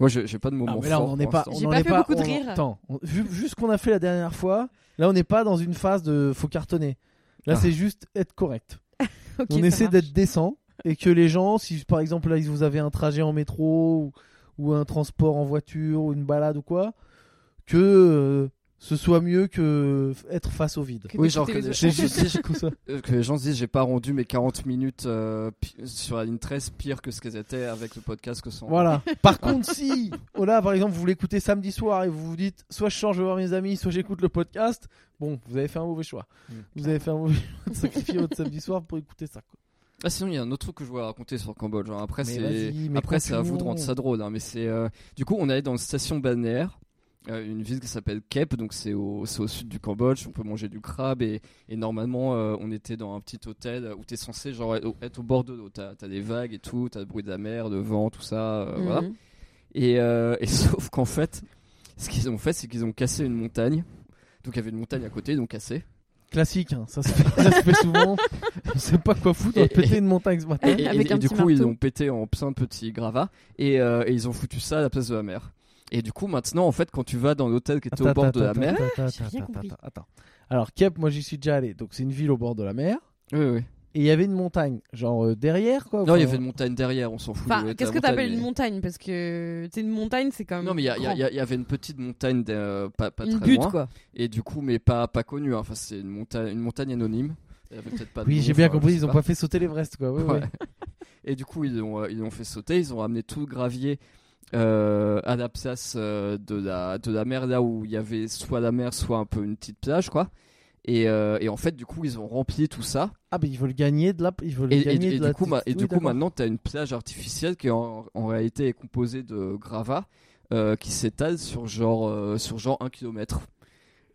A: Moi, j'ai j'ai pas de
C: Ah,
A: moment
C: mais là,
A: fort
C: on n'en est
A: pour
C: pas.
A: l'instant.
B: J'ai
C: on en
B: pas
C: est
B: fait beaucoup de rire.
C: Attends, on- vu, vu ce qu'on a fait la dernière fois, là, on n'est pas dans une phase de faut cartonner. Là,
A: Ah.
C: c'est juste être correct.
B: Ok,
C: on
B: ça
C: essaie
B: marche.
C: d'être décent et que les gens, si par exemple là, ils- vous avez un trajet en métro ou, ou un transport en voiture ou une balade ou quoi, que euh, ce soit mieux que f- être face au vide.
B: Que
A: Oui,
B: d'écouter
A: genre que
B: les
A: des-
B: autres.
C: J'ai juste dit comme ça.
A: Euh, Que les gens se disent, j'ai pas rendu mes 40 minutes euh, pi- sur la ligne 13 pire que ce qu'elles étaient avec le podcast que sans.
C: Voilà. Par contre, si oh là, par exemple, vous l'écoutez samedi soir et vous vous dites, soit je change je vais voir mes amis, soit j'écoute le podcast. Bon, vous avez fait un mauvais choix.
A: Mm.
C: Vous avez fait un mauvais choix de sacrifier votre samedi soir pour écouter ça. quoi.
A: Ah sinon il y a un autre truc que je voulais raconter sur le Cambodge. Genre, Après
C: Mais
A: c'est
C: vas-y, mais
A: après c'est à vous de
C: continuons.
A: rendre ça drôle. hein, mais c'est euh, du coup on allait dans une station balnéaire, euh, une ville qui s'appelle Kep, donc c'est au c'est au sud du Cambodge. On peut manger du crabe et, et normalement euh, on était dans un petit hôtel où t'es censé genre être au- être au bord de l'eau. T'as t'as des vagues et tout, t'as le bruit de la mer, le vent, tout ça. euh,
B: Mhm.
C: Mm.
A: Voilà. Et, euh, et sauf qu'en fait, ce qu'ils ont fait, c'est qu'ils ont cassé une montagne. Donc il y avait une montagne à côté, ils l'ont cassée.
C: Classique, hein, ça, se fait, ça se fait souvent. On sait pas quoi foutre, on a
A: Et-
C: pété une montagne ce matin.
A: Et, et-
B: Avec
A: et
B: un
A: du
B: petit
A: coup, ils
B: marteau.
A: l'ont pété en plein de petits gravats et, euh, et ils ont foutu ça à la place de la mer. Et du coup, maintenant, en fait, quand tu vas dans l'hôtel qui était au
C: Attends,
A: bord de la
C: attends,
A: mer.
C: attends,
B: j'ai
C: attends,
B: rien
C: attends,
B: compris.
C: attends, attends. Alors, Kep, moi j'y suis déjà allé. Donc, c'est une ville au bord de la mer.
A: Oui, oui.
C: Et il y avait une montagne, genre euh, derrière quoi.
A: Non, il y
C: Enfin,
A: avait une montagne derrière, on s'en fout.
B: Enfin,
A: de- de la
B: qu'est-ce que
A: montagne,
B: t'appelles une
A: mais-
B: montagne Parce que, tu sais, une montagne, c'est quand même.
A: Non, mais il y, a- il y a-
B: grand.
A: il y a- il y avait une petite montagne, euh, pas, pas
B: Une
A: très
B: butte,
A: loin.
B: quoi.
A: Et du coup, mais pas, pas connue. hein. Enfin, c'est une montagne, une montagne anonyme. Il y avait peut-être pas de
C: Oui,
A: nom,
C: j'ai bien
A: enfin, je
C: compris,
A: sais
C: ils ont
A: pas.
C: pas fait sauter l'Everest quoi. Ouais, ouais.
A: Ouais. Et du coup, ils l'ont euh, ils l'ont fait sauter. Ils ont ramené tout le gravier euh, à la place euh, de, la, de la mer, là où il y avait soit la mer, soit un peu une petite plage, quoi. Et, euh, et en fait, du coup, ils ont rempli tout ça.
C: Ah, mais ils veulent gagner de la. Ils veulent
A: Et, et-
C: gagner
A: et
C: de la
A: du coup, ma- et
C: Oui,
A: du coup
C: d'accord.
A: maintenant, tu as une plage artificielle qui, en, en réalité, est composée de gravats euh, qui s'étalent sur genre euh, sur genre un kilomètre.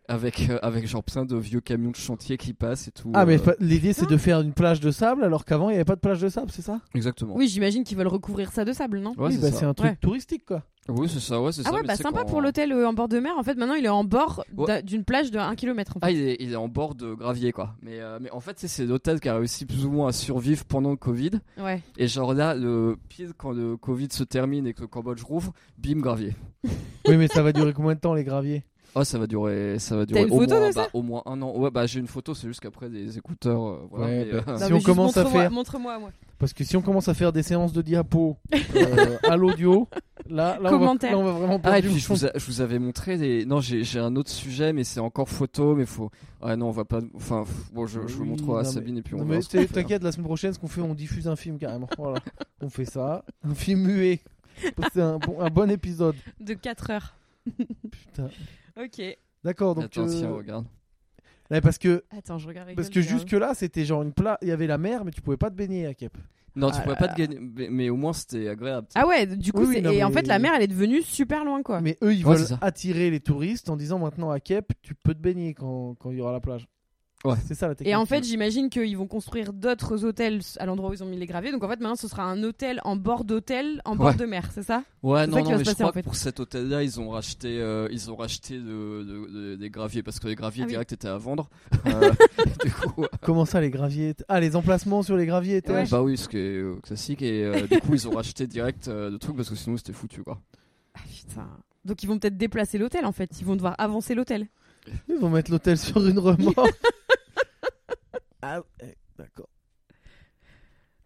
A: Avec, euh, avec genre plein de vieux camions de chantier qui passent et tout.
C: Ah, mais
A: euh,
C: fa- l'idée c'est de faire une plage de sable alors qu'avant il n'y avait pas de plage de sable, c'est ça
A: Exactement.
B: Oui, j'imagine qu'ils veulent recouvrir ça de sable, non
A: Ouais,
C: Oui,
A: c'est
C: bah
A: ça.
C: c'est un truc
B: Ouais.
C: touristique quoi.
A: Oui, c'est ça. Ouais, c'est
B: Ah
A: ça,
B: ouais,
A: mais
B: bah
A: c'est
B: sympa
A: quand-
B: pour l'hôtel euh, en bord de mer. En fait, maintenant, il est en bord
A: Ouais.
B: d'a- d'une plage de 1 km. En fait.
A: Ah, il est, il est en bord de gravier, quoi. Mais, euh, mais en fait, c'est- c'est l'hôtel qui a réussi plus ou moins à survivre pendant le Covid.
B: Ouais.
A: Et genre là, le pile quand le Covid se termine et que le Cambodge rouvre, bim, gravier.
C: oui, mais ça va durer combien de temps les graviers
A: Oh, ça va durer, ça va durer
B: une
A: au,
B: photo
A: moins,
B: de ça
A: bah, au moins un an. Ouais, bah j'ai une photo, c'est juste qu'après des écouteurs. euh, voilà,
C: Ouais,
A: mais,
C: bah,
A: euh,
C: Si on commence à faire-
B: Montre-moi, moi.
C: Parce que si on commence à faire des séances de diapos euh, à l'audio, là, là, on va,
B: Commentaire.
C: là, on va vraiment perdre
A: Ah, et
C: du
A: puis je
C: monde.
A: vous, a- je vous avais montré des. Non, j'ai j'ai un autre sujet, mais c'est encore photo, mais faut. Ah non, on va pas. Enfin, pff, bon, je, je vous
C: Oui,
A: montre
C: non,
A: à
C: mais-
A: Sabine et puis on
C: Non,
A: verra
C: mais
A: ce qu'on
C: t'es-
A: fait. hein.
C: T'inquiète, la semaine prochaine, ce qu'on fait, on diffuse un film carrément. Voilà. on fait ça. Un film muet. C'est un, bon, un bon épisode.
B: De 4 heures.
C: Putain.
B: Ok.
C: D'accord, donc.
A: Attends,
C: euh,
A: tiens, regarde.
C: ouais, parce que,
B: Attends, je regarde.
C: parce que jusque-là, c'était genre une pla... Il y avait la mer, mais tu pouvais pas te baigner à Kep.
A: Non, tu
B: Ah
A: pouvais
B: là
A: pas te gagner, mais, mais au moins c'était agréable.
B: Ah ouais, du coup,
C: Oui, oui,
B: c'est-
C: non,
B: et en
C: mais-
B: fait, la mer, elle est devenue super loin, quoi.
C: Mais eux, ils
A: Ouais,
C: veulent
A: c'est ça.
C: attirer les touristes en disant maintenant à Kep, tu peux te baigner quand quand il y aura la plage.
A: Ouais.
C: C'est ça la technique.
B: Et en fait, j'imagine qu'ils vont construire d'autres hôtels à l'endroit où ils ont mis les graviers. Donc en fait, maintenant, ce sera un hôtel en bord d'hôtel, en bord
A: Ouais.
B: de mer, c'est ça
A: Ouais,
B: C'est
A: non,
B: ça qui
A: non, mais
B: va se
A: je
B: passer,
A: crois
B: en fait.
A: que pour cet hôtel-là, ils ont racheté, euh, ils ont racheté de- de- de- des graviers parce que les graviers
B: Ah oui.
A: direct étaient à vendre. Euh, du coup,
C: Comment ça, les graviers Ah, les emplacements sur les graviers étaient-
A: euh, bah oui, ce qui est euh, classique. Et euh, du coup, ils ont racheté direct euh, le truc parce que sinon c'était foutu quoi.
B: Ah putain. Donc ils vont peut-être déplacer l'hôtel, en fait. Ils vont devoir avancer l'hôtel.
C: Ils vont mettre l'hôtel sur une remorque. ah, ouais, d'accord.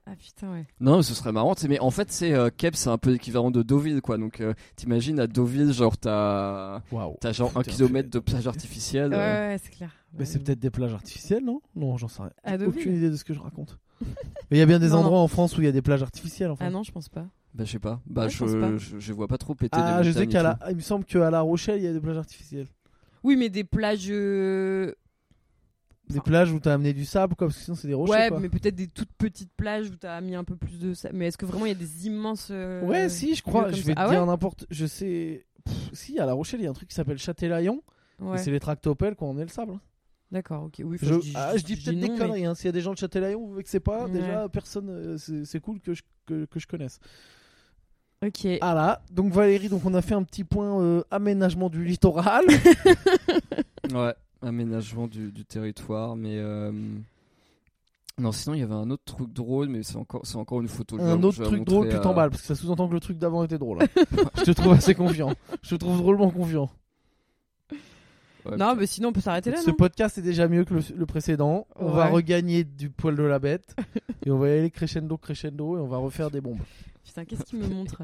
B: Ah putain, ouais.
A: Non, mais ce serait marrant. tu sais, Mais en fait, c'est euh, Kep, c'est un peu l'équivalent de Deauville quoi. Donc euh, t'imagines à Deauville, genre t'as
C: Waouh.
A: t'as genre un
C: Putain,
A: kilomètre de plage artificielle.
B: Ouais,
A: euh,
B: ouais, c'est clair.
C: Mais c'est peut-être des plages artificielles, non Non, j'en sais rien.
B: À
C: J'ai
B: Deauville.
C: Aucune idée de ce que je raconte. Mais il y a bien des
B: Non,
C: endroits en France où il y a des plages artificielles. Enfin.
B: Ah non, je pense pas.
A: Bah, je sais pas. Bah,
B: Ouais, je
A: je,
B: pense pas.
A: je, je vois pas trop péter
C: Ah,
A: des
C: je sais
A: montagnes et
C: qu'à
A: tout.
C: la... il me semble qu'à La Rochelle, il y a des plages artificielles.
B: Oui, mais des plages. euh,
C: Des
B: Enfin.
C: plages où t'as amené du sable, quoi, parce que sinon c'est des rochers.
B: ouais,
C: quoi.
B: mais peut-être des toutes petites plages où t'as mis un peu plus de ça. Mais est-ce que vraiment il y a des immenses. euh,
C: Ouais, si, je
B: lieux
C: crois.
B: comme
C: Je
B: ça.
C: vais te
B: Ah
C: dire n'importe. Je sais. Pff, si, à La Rochelle, il y a un truc qui s'appelle Châtelaillon.
B: ouais.
C: et C'est les tractopelles quand on est le sable. hein.
B: D'accord, ok. Oui, enfin,
C: Je,
B: je, dis,
C: ah, je dis peut-être des
B: non, mais-
C: conneries. hein. S'il y a des gens de Châtelaillon, vous vexez pas.
B: Ouais.
C: Déjà, personne. euh, c'est c'est cool que je, que, que je connaisse.
B: Ok.
C: Ah là, donc Valérie, donc on a fait un petit point euh, aménagement du littoral.
A: Ouais, aménagement du, du territoire, mais. euh, Non, sinon il y avait un autre truc drôle, mais c'est encore, c'est encore une photo. je vais-
C: un
A: je
C: autre
A: vais
C: truc
A: montrer euh,
C: drôle, tu
A: à-
C: t'emballes, parce que ça sous-entend que le truc d'avant était drôle. hein. je te trouve assez confiant. Je te trouve drôlement confiant.
A: Ouais,
B: non, mais sinon on peut s'arrêter là.
C: Ce
B: non
C: podcast est déjà mieux que le, le précédent. On va
B: Ouais.
C: regagner du poil de la bête. et on va y aller crescendo, crescendo, et on va refaire des bombes.
B: Putain, qu'est-ce qu'il me montre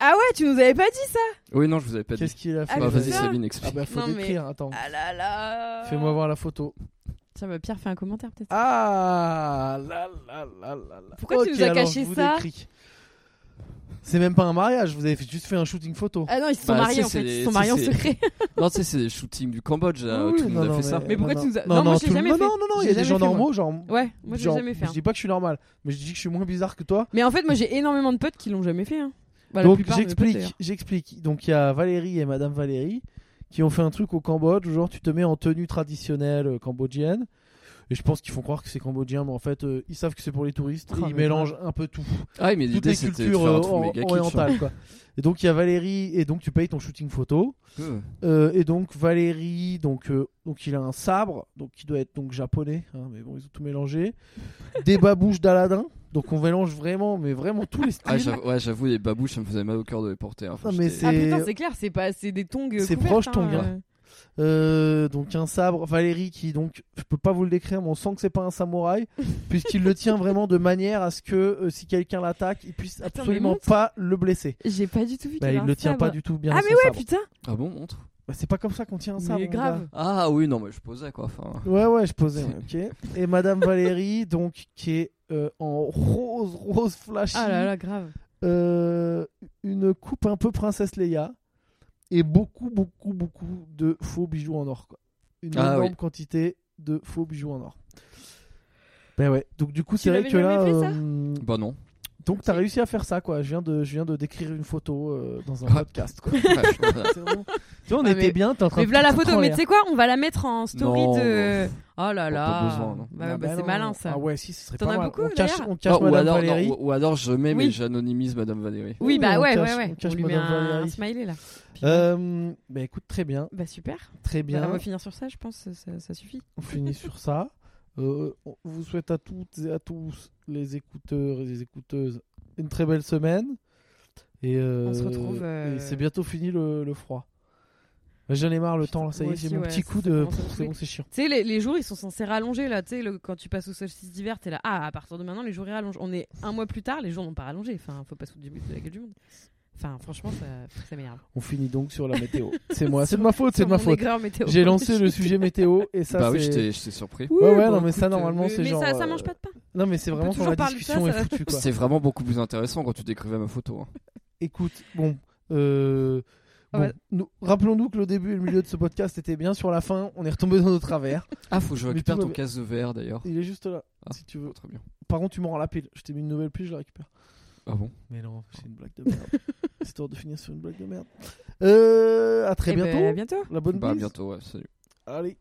B: Ah ouais, tu nous avais pas dit ça
A: Oui, non, je vous avais pas dit.
C: Qu'est-ce qu'il a fait
A: Bah,
B: Ah,
A: vas-y,
B: c'est ça
A: Sabine,
C: Ah
A: explique.
C: bah faut
B: Non, mais-
C: décrire, attends.
B: Ah là là
C: Fais-moi voir la photo.
B: Tiens, bah, Pierre, fais un commentaire peut-être.
C: Ah là là là là là.
B: Pourquoi tu
C: Ok,
B: nous as
C: alors,
B: caché
C: je vous
B: ça
C: décris. C'est même pas un mariage, vous avez fait- juste fait un shooting photo.
B: Ah non, ils se sont
A: Bah,
B: mariés
A: si,
B: en
A: c'est
B: fait,
A: les-
B: ils se sont
A: si,
B: mariés en
A: c'est-
B: secret.
A: Non, tu sais, c'est des shootings du Cambodge, là,
C: Oui,
A: tout le
C: non,
A: monde
C: non,
A: a fait ça.
B: Mais pourquoi tu nous as-
C: Non,
B: Euh, Non, moi,
C: non,
B: j'ai
C: tout le
B: jamais
C: monde-
B: fait.
C: Non, non, non, il y
B: J'ai
C: a des
B: jamais
C: gens
B: fait, moi.
C: normaux, genre.
B: Ouais, moi j'ai
C: genre,
B: jamais fait.
C: Je
B: hein.
C: dis pas que je suis normal, mais je dis que je suis moins bizarre que toi.
B: Mais en fait, moi j'ai énormément de potes qui l'ont jamais fait. Hein. Bah, la
C: Donc
B: plupart de mes potes, d'ailleurs.
C: j'explique, j'explique. Donc il y a Valérie et Madame Valérie qui ont fait un truc au Cambodge où genre tu te mets en tenue traditionnelle euh, cambodgienne. Et je pense qu'ils font croire que c'est cambodgien, mais en fait euh, ils savent que c'est pour les touristes. et
B: Ah,
C: ils
B: mais
C: mélangent un peu tout,
A: Ah, oui, mais
C: toutes
A: l'idée
C: les
A: c'était de faire
C: cultures
A: un
C: euh,
A: truc
C: or-
A: méga kitsch, hein.
C: orientales quoi. Et donc il y a Valérie et donc tu payes ton shooting photo.
A: Euh,
C: Euh, et donc Valérie, donc, euh, donc il a un sabre, donc qui doit être donc japonais, hein, mais bon ils ont tout mélangé. Des babouches d'Aladin, donc on mélange vraiment, mais vraiment tous les styles.
A: Ah, j'avoue- ouais, j'avoue, les babouches, ça me faisait mal au cœur de les porter. hein. Enfin,
C: Non, mais
A: j'étais-
C: c'est-
B: Ah putain, c'est clair, c'est pas c'est des tongs. euh,
C: C'est
B: couvertes,
C: proche
B: hein,
C: tongs, hein.
B: euh.
C: Euh, donc un sabre, Valérie qui donc je peux pas vous le décrire mais on sent que c'est pas un samouraï puisqu'il le tient vraiment de manière à ce que euh, si quelqu'un l'attaque il puisse
B: Attends, mais
C: absolument
B: montre.
C: pas le blesser.
B: J'ai pas du tout vu.
C: Bah,
B: qu'il y
C: il
B: avait
C: le
B: un
C: tient
B: sabre.
C: pas du tout bien
B: Ah
C: son
B: mais ouais,
C: sabre.
B: putain.
A: Ah bon, montre.
C: Bah, c'est pas comme ça qu'on tient un sabre.
B: Mais
C: mon
B: grave.
A: Ah oui, non, mais je posais quoi. Enfin,
C: gars. Ouais ouais je posais. hein, ok. Et Madame Valérie donc qui est euh, en rose rose flashy,
B: Ah là là, grave.
C: euh, une coupe un peu princesse Leia et beaucoup beaucoup beaucoup de faux bijoux en or quoi. Une
A: Ah
C: énorme
A: oui.
C: quantité de faux bijoux en or. Ben ouais, donc du coup
B: Tu
C: c'est vrai
B: l'avais
C: que là
B: jamais fait, ça
C: euh,
A: bah non.
C: donc t'as réussi à faire ça quoi. Je viens de je viens de décrire une photo euh, dans un
A: Ouais.
C: podcast quoi.
A: Bref, voilà.
C: C'est vraiment- Tu vois on
B: Ah,
C: était
B: mais-
C: bien, t'es en train
B: Mais
C: de
B: voilà la
C: tout foutre
B: photo.
C: en
B: Mais
C: l'air.
B: tu sais quoi On va la mettre en story
A: Non,
B: de. Oh là là.
A: pas besoin, non.
B: Bah,
C: Ah,
B: bah,
C: ben
B: c'est
C: non.
B: malin ça.
C: Ah ouais, si ce serait
B: T'en
C: pas
B: as
C: mal.
B: beaucoup,
C: on cache
B: d'ailleurs
C: on cache
A: Ah, ou,
C: madame
A: alors, non,
C: Valérie.
A: ou, ou alors je mets,
B: Oui.
A: mais j'anonymise Madame Valérie.
B: Oui, bah
C: on
B: ouais,
C: cache-
B: ouais, ouais.
C: on cache
B: On lui met
C: Madame
B: un
C: Valérie.
B: smiley là. Puis-
C: Euh, bah écoute très bien,
B: Bah super.
C: très
B: Bah,
C: bien.
B: on va finir sur ça, je pense. ça- Ça, ça suffit.
C: On finit sur ça. Euh, on vous souhaite à toutes et à tous, les écouteurs et les écouteuses, une très belle semaine. Et euh,
B: On se retrouve, euh,
C: et c'est bientôt fini le, le froid. J'en ai marre le temps, là, ça y
B: moi
C: est, j'ai
B: aussi,
C: mon
B: ouais,
C: petit
B: ça
C: coup de.
B: commence à me
C: Pff, C'est
B: saouler.
C: bon, c'est chiant.
B: Tu sais, les, les jours, ils sont censés rallonger, là. Tu sais, le- quand tu passes au solstice d'hiver, t'es là. Ah, à partir de maintenant, les jours, ils rallongent. On est un mois plus tard, les jours n'ont pas rallongé. Enfin, faut pas se foutre du- de la gueule du monde. Enfin, franchement, ça, ça m'énerve.
C: On finit donc sur la météo. C'est moi, c'est de ma faute, c'est de ma
B: Mon
C: faute.
B: aigreur météo.
C: J'ai lancé le sujet météo et ça,
A: bah oui,
C: c'est.
A: j'étais j'étais surpris.
B: Oui,
C: Ouais, ouais,
B: bah,
C: non, mais ça,
B: écoute,
C: normalement,
B: euh,
C: c'est genre,
B: Mais ça, ça
C: euh,
B: mange pas de pain.
C: Non, mais c'est
B: peut
C: vraiment quand
B: toujours
C: la
B: parler de ça,
C: discussion
B: ça
C: est
B: va.
C: foutue, quoi.
A: C'est vraiment beaucoup plus intéressant quand tu décrivais ma photo. hein.
C: Écoute, bon. euh,
B: Ah
C: bon,
B: ouais.
C: nous- Rappelons-nous que le début et le milieu de ce podcast était bien sur la fin. On est retombé dans nos travers.
A: Ah, faut que je
C: Mais
A: récupère
C: tout va
A: ton
C: bien.
A: casque de verre d'ailleurs.
C: Il est juste là,
A: Ah.
C: si tu veux.
A: Oh, très bien.
C: Par contre, tu me rends la pile. Je t'ai mis une nouvelle pile, je la récupère.
A: Ah bon
C: Mais non, c'est une blague de merde. Histoire de finir sur une blague de merde. Euh, à très
B: Eh ben,
C: bientôt.
B: à bientôt.
C: La bonne
A: Bah, à
C: bise.
A: bientôt, ouais, salut.
C: Allez.